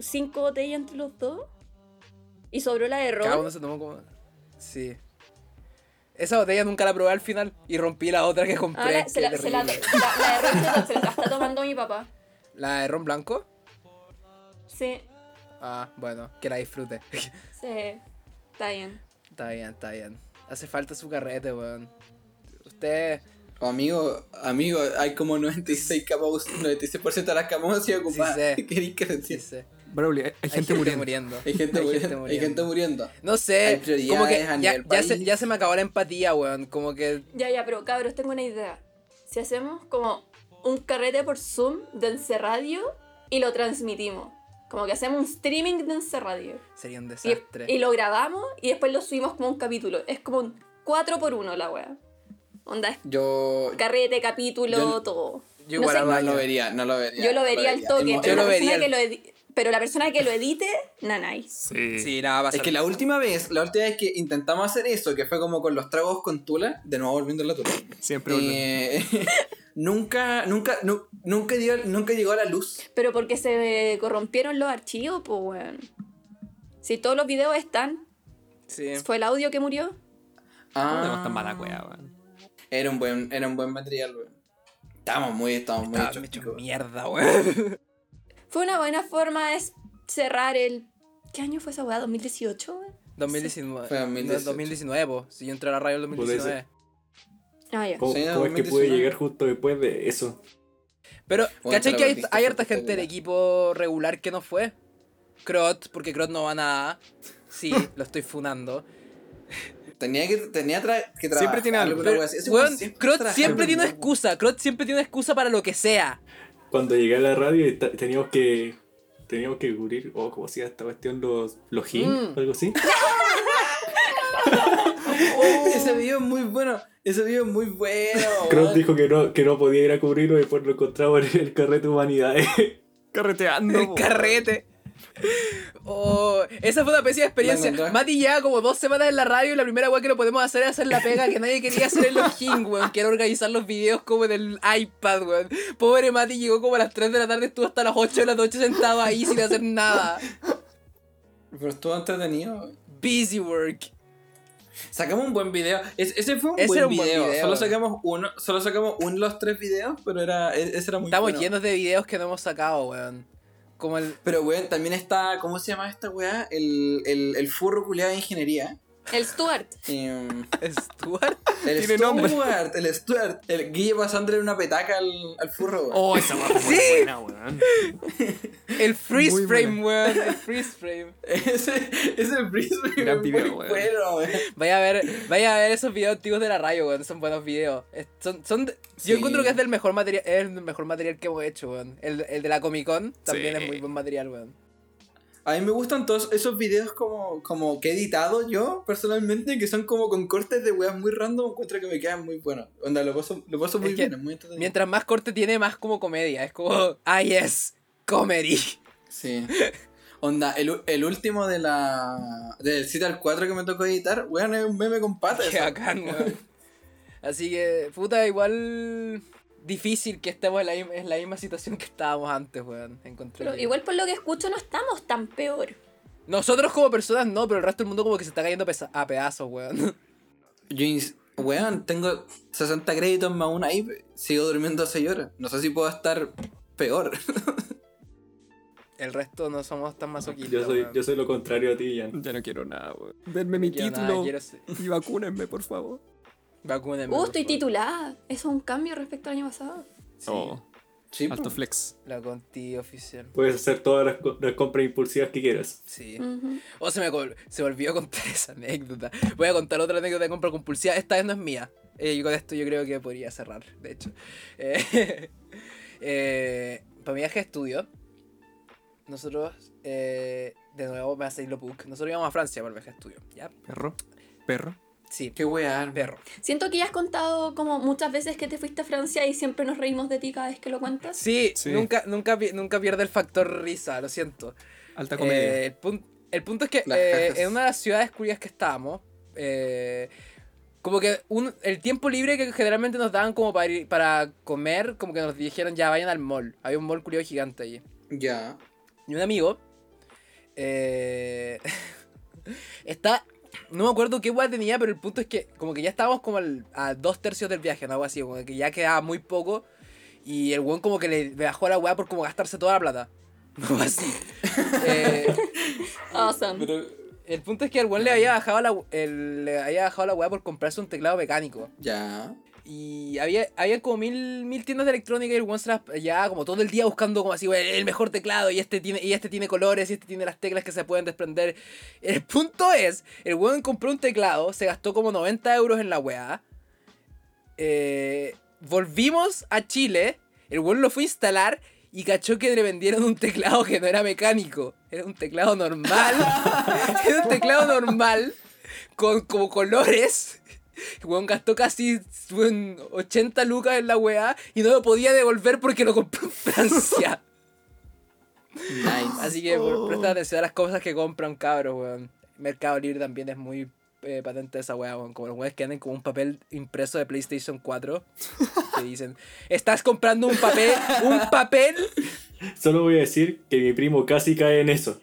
Speaker 4: cinco botellas entre los dos. Y sobró la de
Speaker 1: Cada
Speaker 4: ron.
Speaker 1: uno se tomó como. Sí. Esa botella nunca la probé al final y rompí la otra que compré.
Speaker 4: Ahora
Speaker 1: qué
Speaker 4: se Ah, la, se la, la,
Speaker 1: terrible.
Speaker 4: la de ron se la- se la está tomando mi papá.
Speaker 1: ¿La de ron blanco?
Speaker 4: Sí,
Speaker 1: Ah, bueno, que la disfrute.
Speaker 4: sí. Está bien.
Speaker 1: está bien, está bien. Hace falta su carrete, weón. Usted.
Speaker 3: Amigo, amigo, hay como 96 camas, 96% de las camas han sido ocupadas.
Speaker 1: sé.
Speaker 3: [laughs] ¿Qué queréis que te
Speaker 1: Sí,
Speaker 3: diga?
Speaker 1: sé.
Speaker 2: Braulio, hay, hay
Speaker 1: [laughs] Hay
Speaker 2: gente muriendo.
Speaker 3: Hay gente muriendo. Hay gente muriendo.
Speaker 1: No
Speaker 3: Hay
Speaker 1: sé,
Speaker 3: prioridades
Speaker 1: como que
Speaker 3: a
Speaker 1: ya,
Speaker 3: nivel
Speaker 1: ya se,
Speaker 3: país.
Speaker 1: ya se me acabó la empatía, weón. Como que
Speaker 4: Ya, ya, pero cabros, tengo una idea. Si hacemos como un carrete por Zoom de Encerradio y lo transmitimos. Como que hacemos un streaming de Encerradio.
Speaker 1: sería un
Speaker 4: Y,
Speaker 1: desastre.
Speaker 4: y lo grabamos y después lo subimos como un capítulo. Es como un 4 por 1 la wea. Onda, es
Speaker 3: Yo,
Speaker 4: carrete, capítulo,
Speaker 3: Yo-
Speaker 4: todo.
Speaker 1: Yo
Speaker 4: No
Speaker 1: igual
Speaker 4: sé,
Speaker 1: hablo-
Speaker 3: no lo vería, no lo vería.
Speaker 4: yo lo vería al toque.
Speaker 1: Yo
Speaker 3: Hemos-
Speaker 4: Pero
Speaker 1: lo
Speaker 4: la
Speaker 3: hemos-
Speaker 1: vería
Speaker 4: persona
Speaker 1: al-
Speaker 4: que lo edi- pero la persona que lo edite, nanay.
Speaker 2: Sí.
Speaker 1: Sí, nada, va a
Speaker 3: Es
Speaker 1: ser.
Speaker 3: que la última vez, la última vez que intentamos hacer eso, que fue como con los tragos con Tula, de nuevo volviendo a la Tula.
Speaker 2: Siempre volvemos.
Speaker 3: eh, [laughs] nunca, nunca, nu- nunca, dio- nunca llegó a la luz.
Speaker 4: Pero porque se corrompieron los archivos, pues weón. Si todos los videos están,
Speaker 1: Sí.
Speaker 4: fue el audio que murió.
Speaker 2: No tenemos
Speaker 3: Ah,
Speaker 2: tan mala wea, weón.
Speaker 3: Era un buen, era un buen material, weón. Estábamos muy, estábamos muy
Speaker 1: Ah,
Speaker 3: hechos
Speaker 1: me he hecho
Speaker 3: pico.
Speaker 1: mierda, weón.
Speaker 4: Fue una buena forma de s- cerrar el. ¿Qué año fue esa weá? ¿2018? weón?
Speaker 1: 2019.
Speaker 3: Fue 2018.
Speaker 1: No, 2019, po. Si yo entré a la radio en 2019.
Speaker 4: Ah, ya.
Speaker 5: ¿Cómo,
Speaker 3: Sí,
Speaker 5: cómo es que pude
Speaker 3: 2019.
Speaker 5: llegar justo después de eso?
Speaker 1: Pero,
Speaker 3: Bueno,
Speaker 1: ¿cachai
Speaker 3: pero
Speaker 1: que hay,
Speaker 3: Batista
Speaker 1: hay
Speaker 3: fue
Speaker 1: harta gente del
Speaker 3: espectacular.
Speaker 1: equipo regular que no fue? Crot, porque Crot no va a nada. Sí, lo estoy funando.
Speaker 3: Tenía que, tenía tra- que trabajar.
Speaker 2: Siempre tiene algo.
Speaker 3: alguna
Speaker 1: Pero,
Speaker 3: wea así. Ese
Speaker 1: weón,
Speaker 3: weón siempre
Speaker 1: Crot
Speaker 3: trabaja
Speaker 1: siempre
Speaker 3: algo,
Speaker 1: tiene
Speaker 3: weón.
Speaker 1: excusa. Crot siempre tiene excusa para lo que sea.
Speaker 5: Cuando llegué a la radio y ta- teníamos que. Teníamos que cubrir, o como hacía esta cuestión, los, los hymns,
Speaker 1: Mm.
Speaker 5: o algo así.
Speaker 3: [laughs] Ese video es muy bueno. Ese video es muy [laughs] bueno.
Speaker 1: Oh,
Speaker 5: Cross
Speaker 3: weón.
Speaker 5: dijo que no, que no podía ir a cubrirlo y después lo encontramos en el carrete de humanidades. [laughs]
Speaker 2: Carreteando.
Speaker 1: El [laughs]
Speaker 2: po.
Speaker 1: carrete. Oh, esa fue una pésima experiencia.
Speaker 3: encontrás?
Speaker 1: Mati lleva como dos semanas en la radio y la primera weá que lo podemos hacer es hacer la pega que nadie quería hacer en los
Speaker 3: [laughs]
Speaker 1: King, weón. Que era organizar los videos como en el iPad, weón. Pobre Mati llegó como a las 3 de la tarde, estuvo hasta las 8 de la noche sentado ahí sin hacer nada.
Speaker 3: Pero estuvo entretenido. weón.
Speaker 1: Busy work.
Speaker 3: Sacamos un buen video. Es- ese fue un,
Speaker 1: Ese
Speaker 3: buen,
Speaker 1: era un buen
Speaker 3: video.
Speaker 1: video.
Speaker 3: Solo sacamos uno, solo sacamos uno de los tres videos, pero era, e- ese era muy
Speaker 1: Estamos
Speaker 3: bueno.
Speaker 1: llenos de videos que no hemos sacado, weón. Como el.
Speaker 3: Pero weón, también está, ¿cómo se llama esta weá? El, el, el furro culiado de ingeniería.
Speaker 4: El Stuart.
Speaker 2: [laughs]
Speaker 3: Em,
Speaker 1: Stuart.
Speaker 3: el
Speaker 2: Tiene
Speaker 3: Stuart,
Speaker 2: nombre.
Speaker 3: el Stuart. El Guille pasándole una petaca al, al furro, weón.
Speaker 2: Oh, esa weá fue muy
Speaker 1: Sí.
Speaker 2: buena, weón.
Speaker 1: El freeze
Speaker 2: Muy
Speaker 1: frame, weón. El freeze frame.
Speaker 3: [laughs] Ese, ese Brisbane
Speaker 2: Gran
Speaker 3: es
Speaker 2: video,
Speaker 3: muy
Speaker 2: weón.
Speaker 3: bueno, weón.
Speaker 1: Vaya a ver, vaya a ver esos videos antiguos de la radio, weón. Son buenos videos. Es- Son, son de-
Speaker 3: Sí.
Speaker 1: Yo encuentro que es del mejor material, es el mejor material que hemos hecho, weón. El, el de la Comic Con también
Speaker 2: Sí.
Speaker 1: es muy buen material, weón.
Speaker 3: A mí me gustan todos esos videos como, como que he editado yo, personalmente, que son como con cortes de weas muy random, encuentro que me quedan muy buenos. Onda, lo paso, lo paso muy
Speaker 1: Es que
Speaker 3: bien, es muy entretenido.
Speaker 1: Mientras más corte tiene, más como comedia. Es como, ah, yes, comedy.
Speaker 3: Sí. Onda, el, u- el último de la... del Cita al 4 que me tocó editar, weón, es un meme
Speaker 2: [laughs]
Speaker 3: con patas.
Speaker 1: Qué bacán, weón. Así que, puta, igual difícil que estemos en la, misma- en la misma situación que estábamos antes, weón. Encontré
Speaker 4: Pero
Speaker 1: que-
Speaker 4: igual por lo que escucho no estamos tan peor.
Speaker 1: Nosotros como personas no, pero el resto del mundo como que se está cayendo pesa- a pedazos, weón. [laughs]
Speaker 3: Yo, ins- weón, tengo 60 créditos más una ahí, sigo durmiendo 6 horas. No sé si puedo estar peor. [laughs]
Speaker 1: El resto no somos tan masoquistas.
Speaker 5: Yo soy,
Speaker 1: weón.
Speaker 5: yo soy lo contrario a ti, Jan.
Speaker 2: Ya no quiero nada, weón. Denme mi
Speaker 1: Yo nada,
Speaker 2: título
Speaker 1: quiero ser-
Speaker 2: y vacúnenme, por favor.
Speaker 1: Vacúnenme.
Speaker 4: Uh,
Speaker 1: por
Speaker 4: estoy
Speaker 1: favor.
Speaker 4: titulada. Eso es un cambio respecto al año pasado.
Speaker 2: Oh,
Speaker 3: Sí,
Speaker 2: alto
Speaker 3: po.
Speaker 2: flex.
Speaker 1: La conti oficial.
Speaker 5: Puedes hacer todas las, co- las compras impulsivas que quieras.
Speaker 1: Sí.
Speaker 4: Ujú.
Speaker 1: Oh, se me, col- se me olvidó contar esa anécdota. Voy a contar otra anécdota de compra compulsiva. Esta vez no es mía. Eh, y con esto yo creo que podría cerrar, de hecho. Eh, [laughs] eh, para mi viaje de estudio, nosotros, eh, de nuevo, me hace ir lo puc. Nosotros íbamos a Francia para el viaje de estudio, ¿ya?
Speaker 2: Perro, perro.
Speaker 1: Sí,
Speaker 3: Qué weón.
Speaker 1: perro.
Speaker 4: Siento que ya has contado como muchas veces que te fuiste a Francia y siempre nos reímos de ti cada vez que lo cuentas.
Speaker 1: Sí,
Speaker 2: Sí.
Speaker 1: Nunca, nunca, pi- nunca pierde el factor risa, lo siento.
Speaker 2: Alta comedia.
Speaker 1: Eh, el, pun- el punto es que
Speaker 3: Las
Speaker 1: eh,
Speaker 3: cajas.
Speaker 1: en una de las ciudades curias que estábamos, eh, como que un- el tiempo libre que generalmente nos daban como para, ir- para comer, como que nos dijeron ya vayan al mall. Había un mall curio gigante allí.
Speaker 3: Ya.
Speaker 1: Y un amigo eh, [laughs] está. No me acuerdo qué guay tenía, pero el punto es que como que ya estábamos como al- a dos tercios del viaje, ¿no? Algo así, como que ya quedaba muy poco. Y el weón como que le bajó a la weá por como gastarse toda la plata. Algo así. Eh,
Speaker 4: Awesome.
Speaker 3: Pero,
Speaker 1: el punto es que al weón le había bajado la, el- le había bajado la weá por comprarse un teclado mecánico.
Speaker 3: ya.
Speaker 1: Y había, había como mil, mil tiendas de electrónica y el weón se las llevaba como todo el día buscando como así, "Güey, el mejor teclado y este, tiene, y este tiene colores y este tiene las teclas que se pueden desprender. El punto es, el weón compró un teclado, se gastó como 90 euros en la weá. Eh, volvimos a Chile, el weón lo fue a instalar y cachó que le vendieron un teclado que no era mecánico. Era un teclado normal. [laughs] era un teclado normal con como colores. El weón gastó casi weón, 80 lucas en la weá y no lo podía devolver porque lo compró en Francia.
Speaker 3: Nice.
Speaker 1: Así que por, presta atención a las cosas que compran, cabros, weón. Mercado Libre también es muy eh, patente esa weá, weón. Como los weones que anden con un papel impreso de PlayStation 4. Que dicen, estás comprando un papel, un papel.
Speaker 5: Solo voy a decir que mi primo casi cae en eso.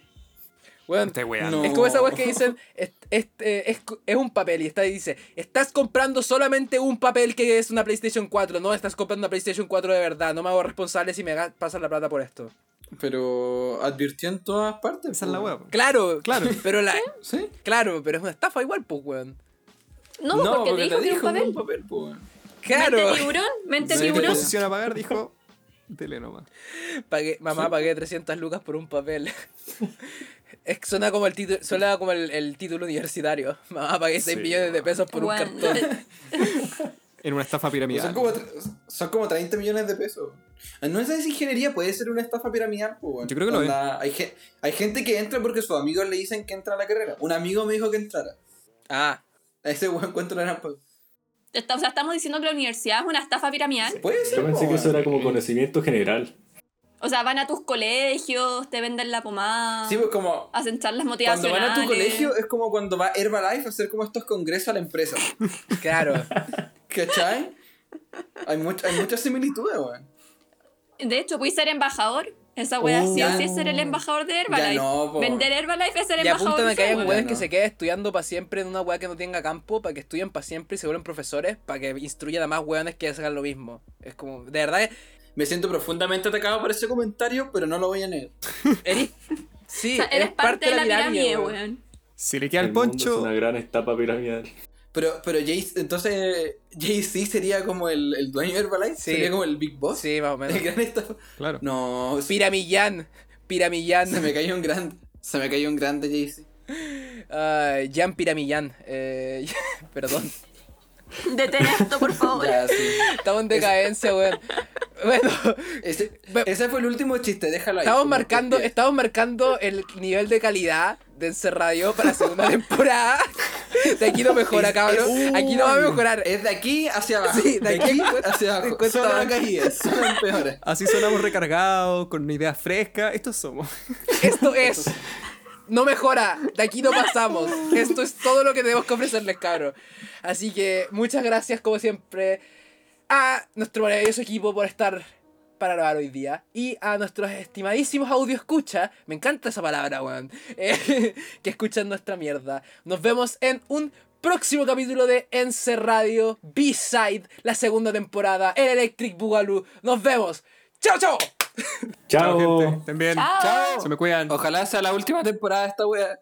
Speaker 1: Weón,
Speaker 2: Te wean.
Speaker 3: No.
Speaker 1: es como esas weas que dicen, es, es- eh, es- es un papel y está, dice, estás comprando solamente un papel que es una PlayStation 4, no estás comprando una PlayStation 4 de verdad, no me hago responsable si me ga- pasan la plata por esto.
Speaker 3: Pero advirtió en todas partes.
Speaker 2: Esa es la
Speaker 3: po.
Speaker 2: weá. po.
Speaker 1: Claro,
Speaker 2: Claro.
Speaker 1: Pero la,
Speaker 3: ¿Sí?
Speaker 1: claro, pero es una estafa igual, pues, weón.
Speaker 4: No, pues, porque, te dijo que era un
Speaker 3: que era
Speaker 4: papel.
Speaker 3: un papel, po, weón.
Speaker 1: Claro.
Speaker 4: Mente tiburón, mente
Speaker 3: Sí,
Speaker 2: No hay
Speaker 4: tiburón.
Speaker 3: sí.
Speaker 2: disposición a pagar, dijo. Dele nomás.
Speaker 1: [laughs] Pagué- mamá, pagué 300 lucas por un papel. Es que suena como el título, suena como el, el título universitario. Mamá, pagué 6
Speaker 5: Sí.
Speaker 1: millones de pesos por
Speaker 4: Bueno,
Speaker 1: un cartón.
Speaker 4: [laughs]
Speaker 2: En una estafa
Speaker 3: Son
Speaker 2: piramidal.
Speaker 3: como, tre- son como 30 millones de pesos. Ah, No sé si ingeniería puede ser una estafa piramidal, po, weón.
Speaker 2: Yo creo que lo
Speaker 3: Onda, Hay, ge- hay gente que entra porque sus amigos le dicen que entra a la carrera. Un amigo me dijo que entrara.
Speaker 1: Ah,
Speaker 3: A ese weón cuento la rampa.
Speaker 4: Está- o sea, estamos diciendo que la universidad es una estafa piramidal.
Speaker 3: Puede ser.
Speaker 5: Yo pensé
Speaker 3: po,
Speaker 5: que eso
Speaker 3: weón.
Speaker 5: era como conocimiento general.
Speaker 4: O sea, van a tus colegios, te venden la pomada,
Speaker 3: Sí, pues como.
Speaker 4: hacen charlas
Speaker 3: Cuando
Speaker 4: motivacionales.
Speaker 3: van a tu colegio es como cuando va Herbalife a hacer como estos congresos a la empresa.
Speaker 1: claro.
Speaker 3: ¿Cachai? hay, much- hay muchas similitudes, weón.
Speaker 4: De hecho, puedes ser embajador. Esa wea sí
Speaker 3: Uh, ya
Speaker 4: o sí es
Speaker 3: no.
Speaker 4: ser el embajador de Herbalife.
Speaker 3: Ya no, po.
Speaker 4: Vender Herbalife es ser
Speaker 1: Y
Speaker 4: embajador
Speaker 1: apuntan a
Speaker 4: de
Speaker 1: que hayan
Speaker 4: esa wea.
Speaker 1: weones
Speaker 3: no.
Speaker 1: que se queden estudiando para siempre en una weá que no tenga campo, para que estudien para siempre y se vuelven profesores, para que instruyan a más weones que hagan lo mismo. Es como, de verdad,
Speaker 3: Me siento profundamente atacado por ese comentario, pero no lo voy a negar.
Speaker 1: eres. Sí,
Speaker 4: O sea, eres parte de la pirámide, weón.
Speaker 2: Si le queda el,
Speaker 5: El mundo Es
Speaker 2: poncho,
Speaker 5: una gran etapa piramidal.
Speaker 3: Pero, pero Jay, entonces Jay-Z sería como el, el dueño de Herbalife,
Speaker 1: Sí.
Speaker 3: sería como el Big Boss.
Speaker 1: Sí, más o menos. [laughs]
Speaker 3: El [laughs] gran estafa-
Speaker 2: claro.
Speaker 3: No, sí,
Speaker 1: Piramillán. Piramillán.
Speaker 3: se me cayó un gran, se me cayó un grande Jay-Z.
Speaker 1: Ay, Ah, Jan Piramillán. Eh, [laughs] perdón.
Speaker 4: Detén esto, por favor.
Speaker 3: [laughs] Ya, sí.
Speaker 1: Estamos en decadencia,
Speaker 3: [laughs]
Speaker 1: weón. Bueno,
Speaker 3: Ese,
Speaker 1: Ve-
Speaker 3: ese fue el último chiste, déjalo ahí.
Speaker 1: estamos
Speaker 3: Como
Speaker 1: marcando,
Speaker 3: que-
Speaker 1: estamos marcando el nivel de calidad de Encerradio para la segunda [laughs] temporada. De aquí no mejora,
Speaker 3: Es-
Speaker 1: cabrón.
Speaker 3: es-
Speaker 1: Aquí no va a mejorar.
Speaker 3: Es de aquí hacia abajo.
Speaker 1: Sí, de
Speaker 3: de, aquí hacia
Speaker 1: te
Speaker 3: abajo.
Speaker 1: cuesta
Speaker 3: Solo la
Speaker 1: abajo.
Speaker 3: caída, solo empeora.
Speaker 2: Así sonamos recargados, con ideas frescas. Estos somos.
Speaker 1: Esto es. No mejora, de aquí no pasamos. Esto es todo lo que tenemos que ofrecerles, cabros. Así que muchas gracias, como siempre, a nuestro maravilloso equipo por estar para grabar hoy día. Y a nuestros estimadísimos audio escucha. Me encanta esa palabra, weón. [laughs] eh, que escuchan nuestra mierda. Nos vemos en un próximo capítulo de Ence Radio B-Side, la segunda temporada, el Electric Boogaloo. Nos vemos. ¡Chao, chao!
Speaker 5: Chao.
Speaker 2: gente. Estén bien.
Speaker 4: Chao.
Speaker 2: Se me cuidan.
Speaker 3: Ojalá sea la última temporada de esta wea.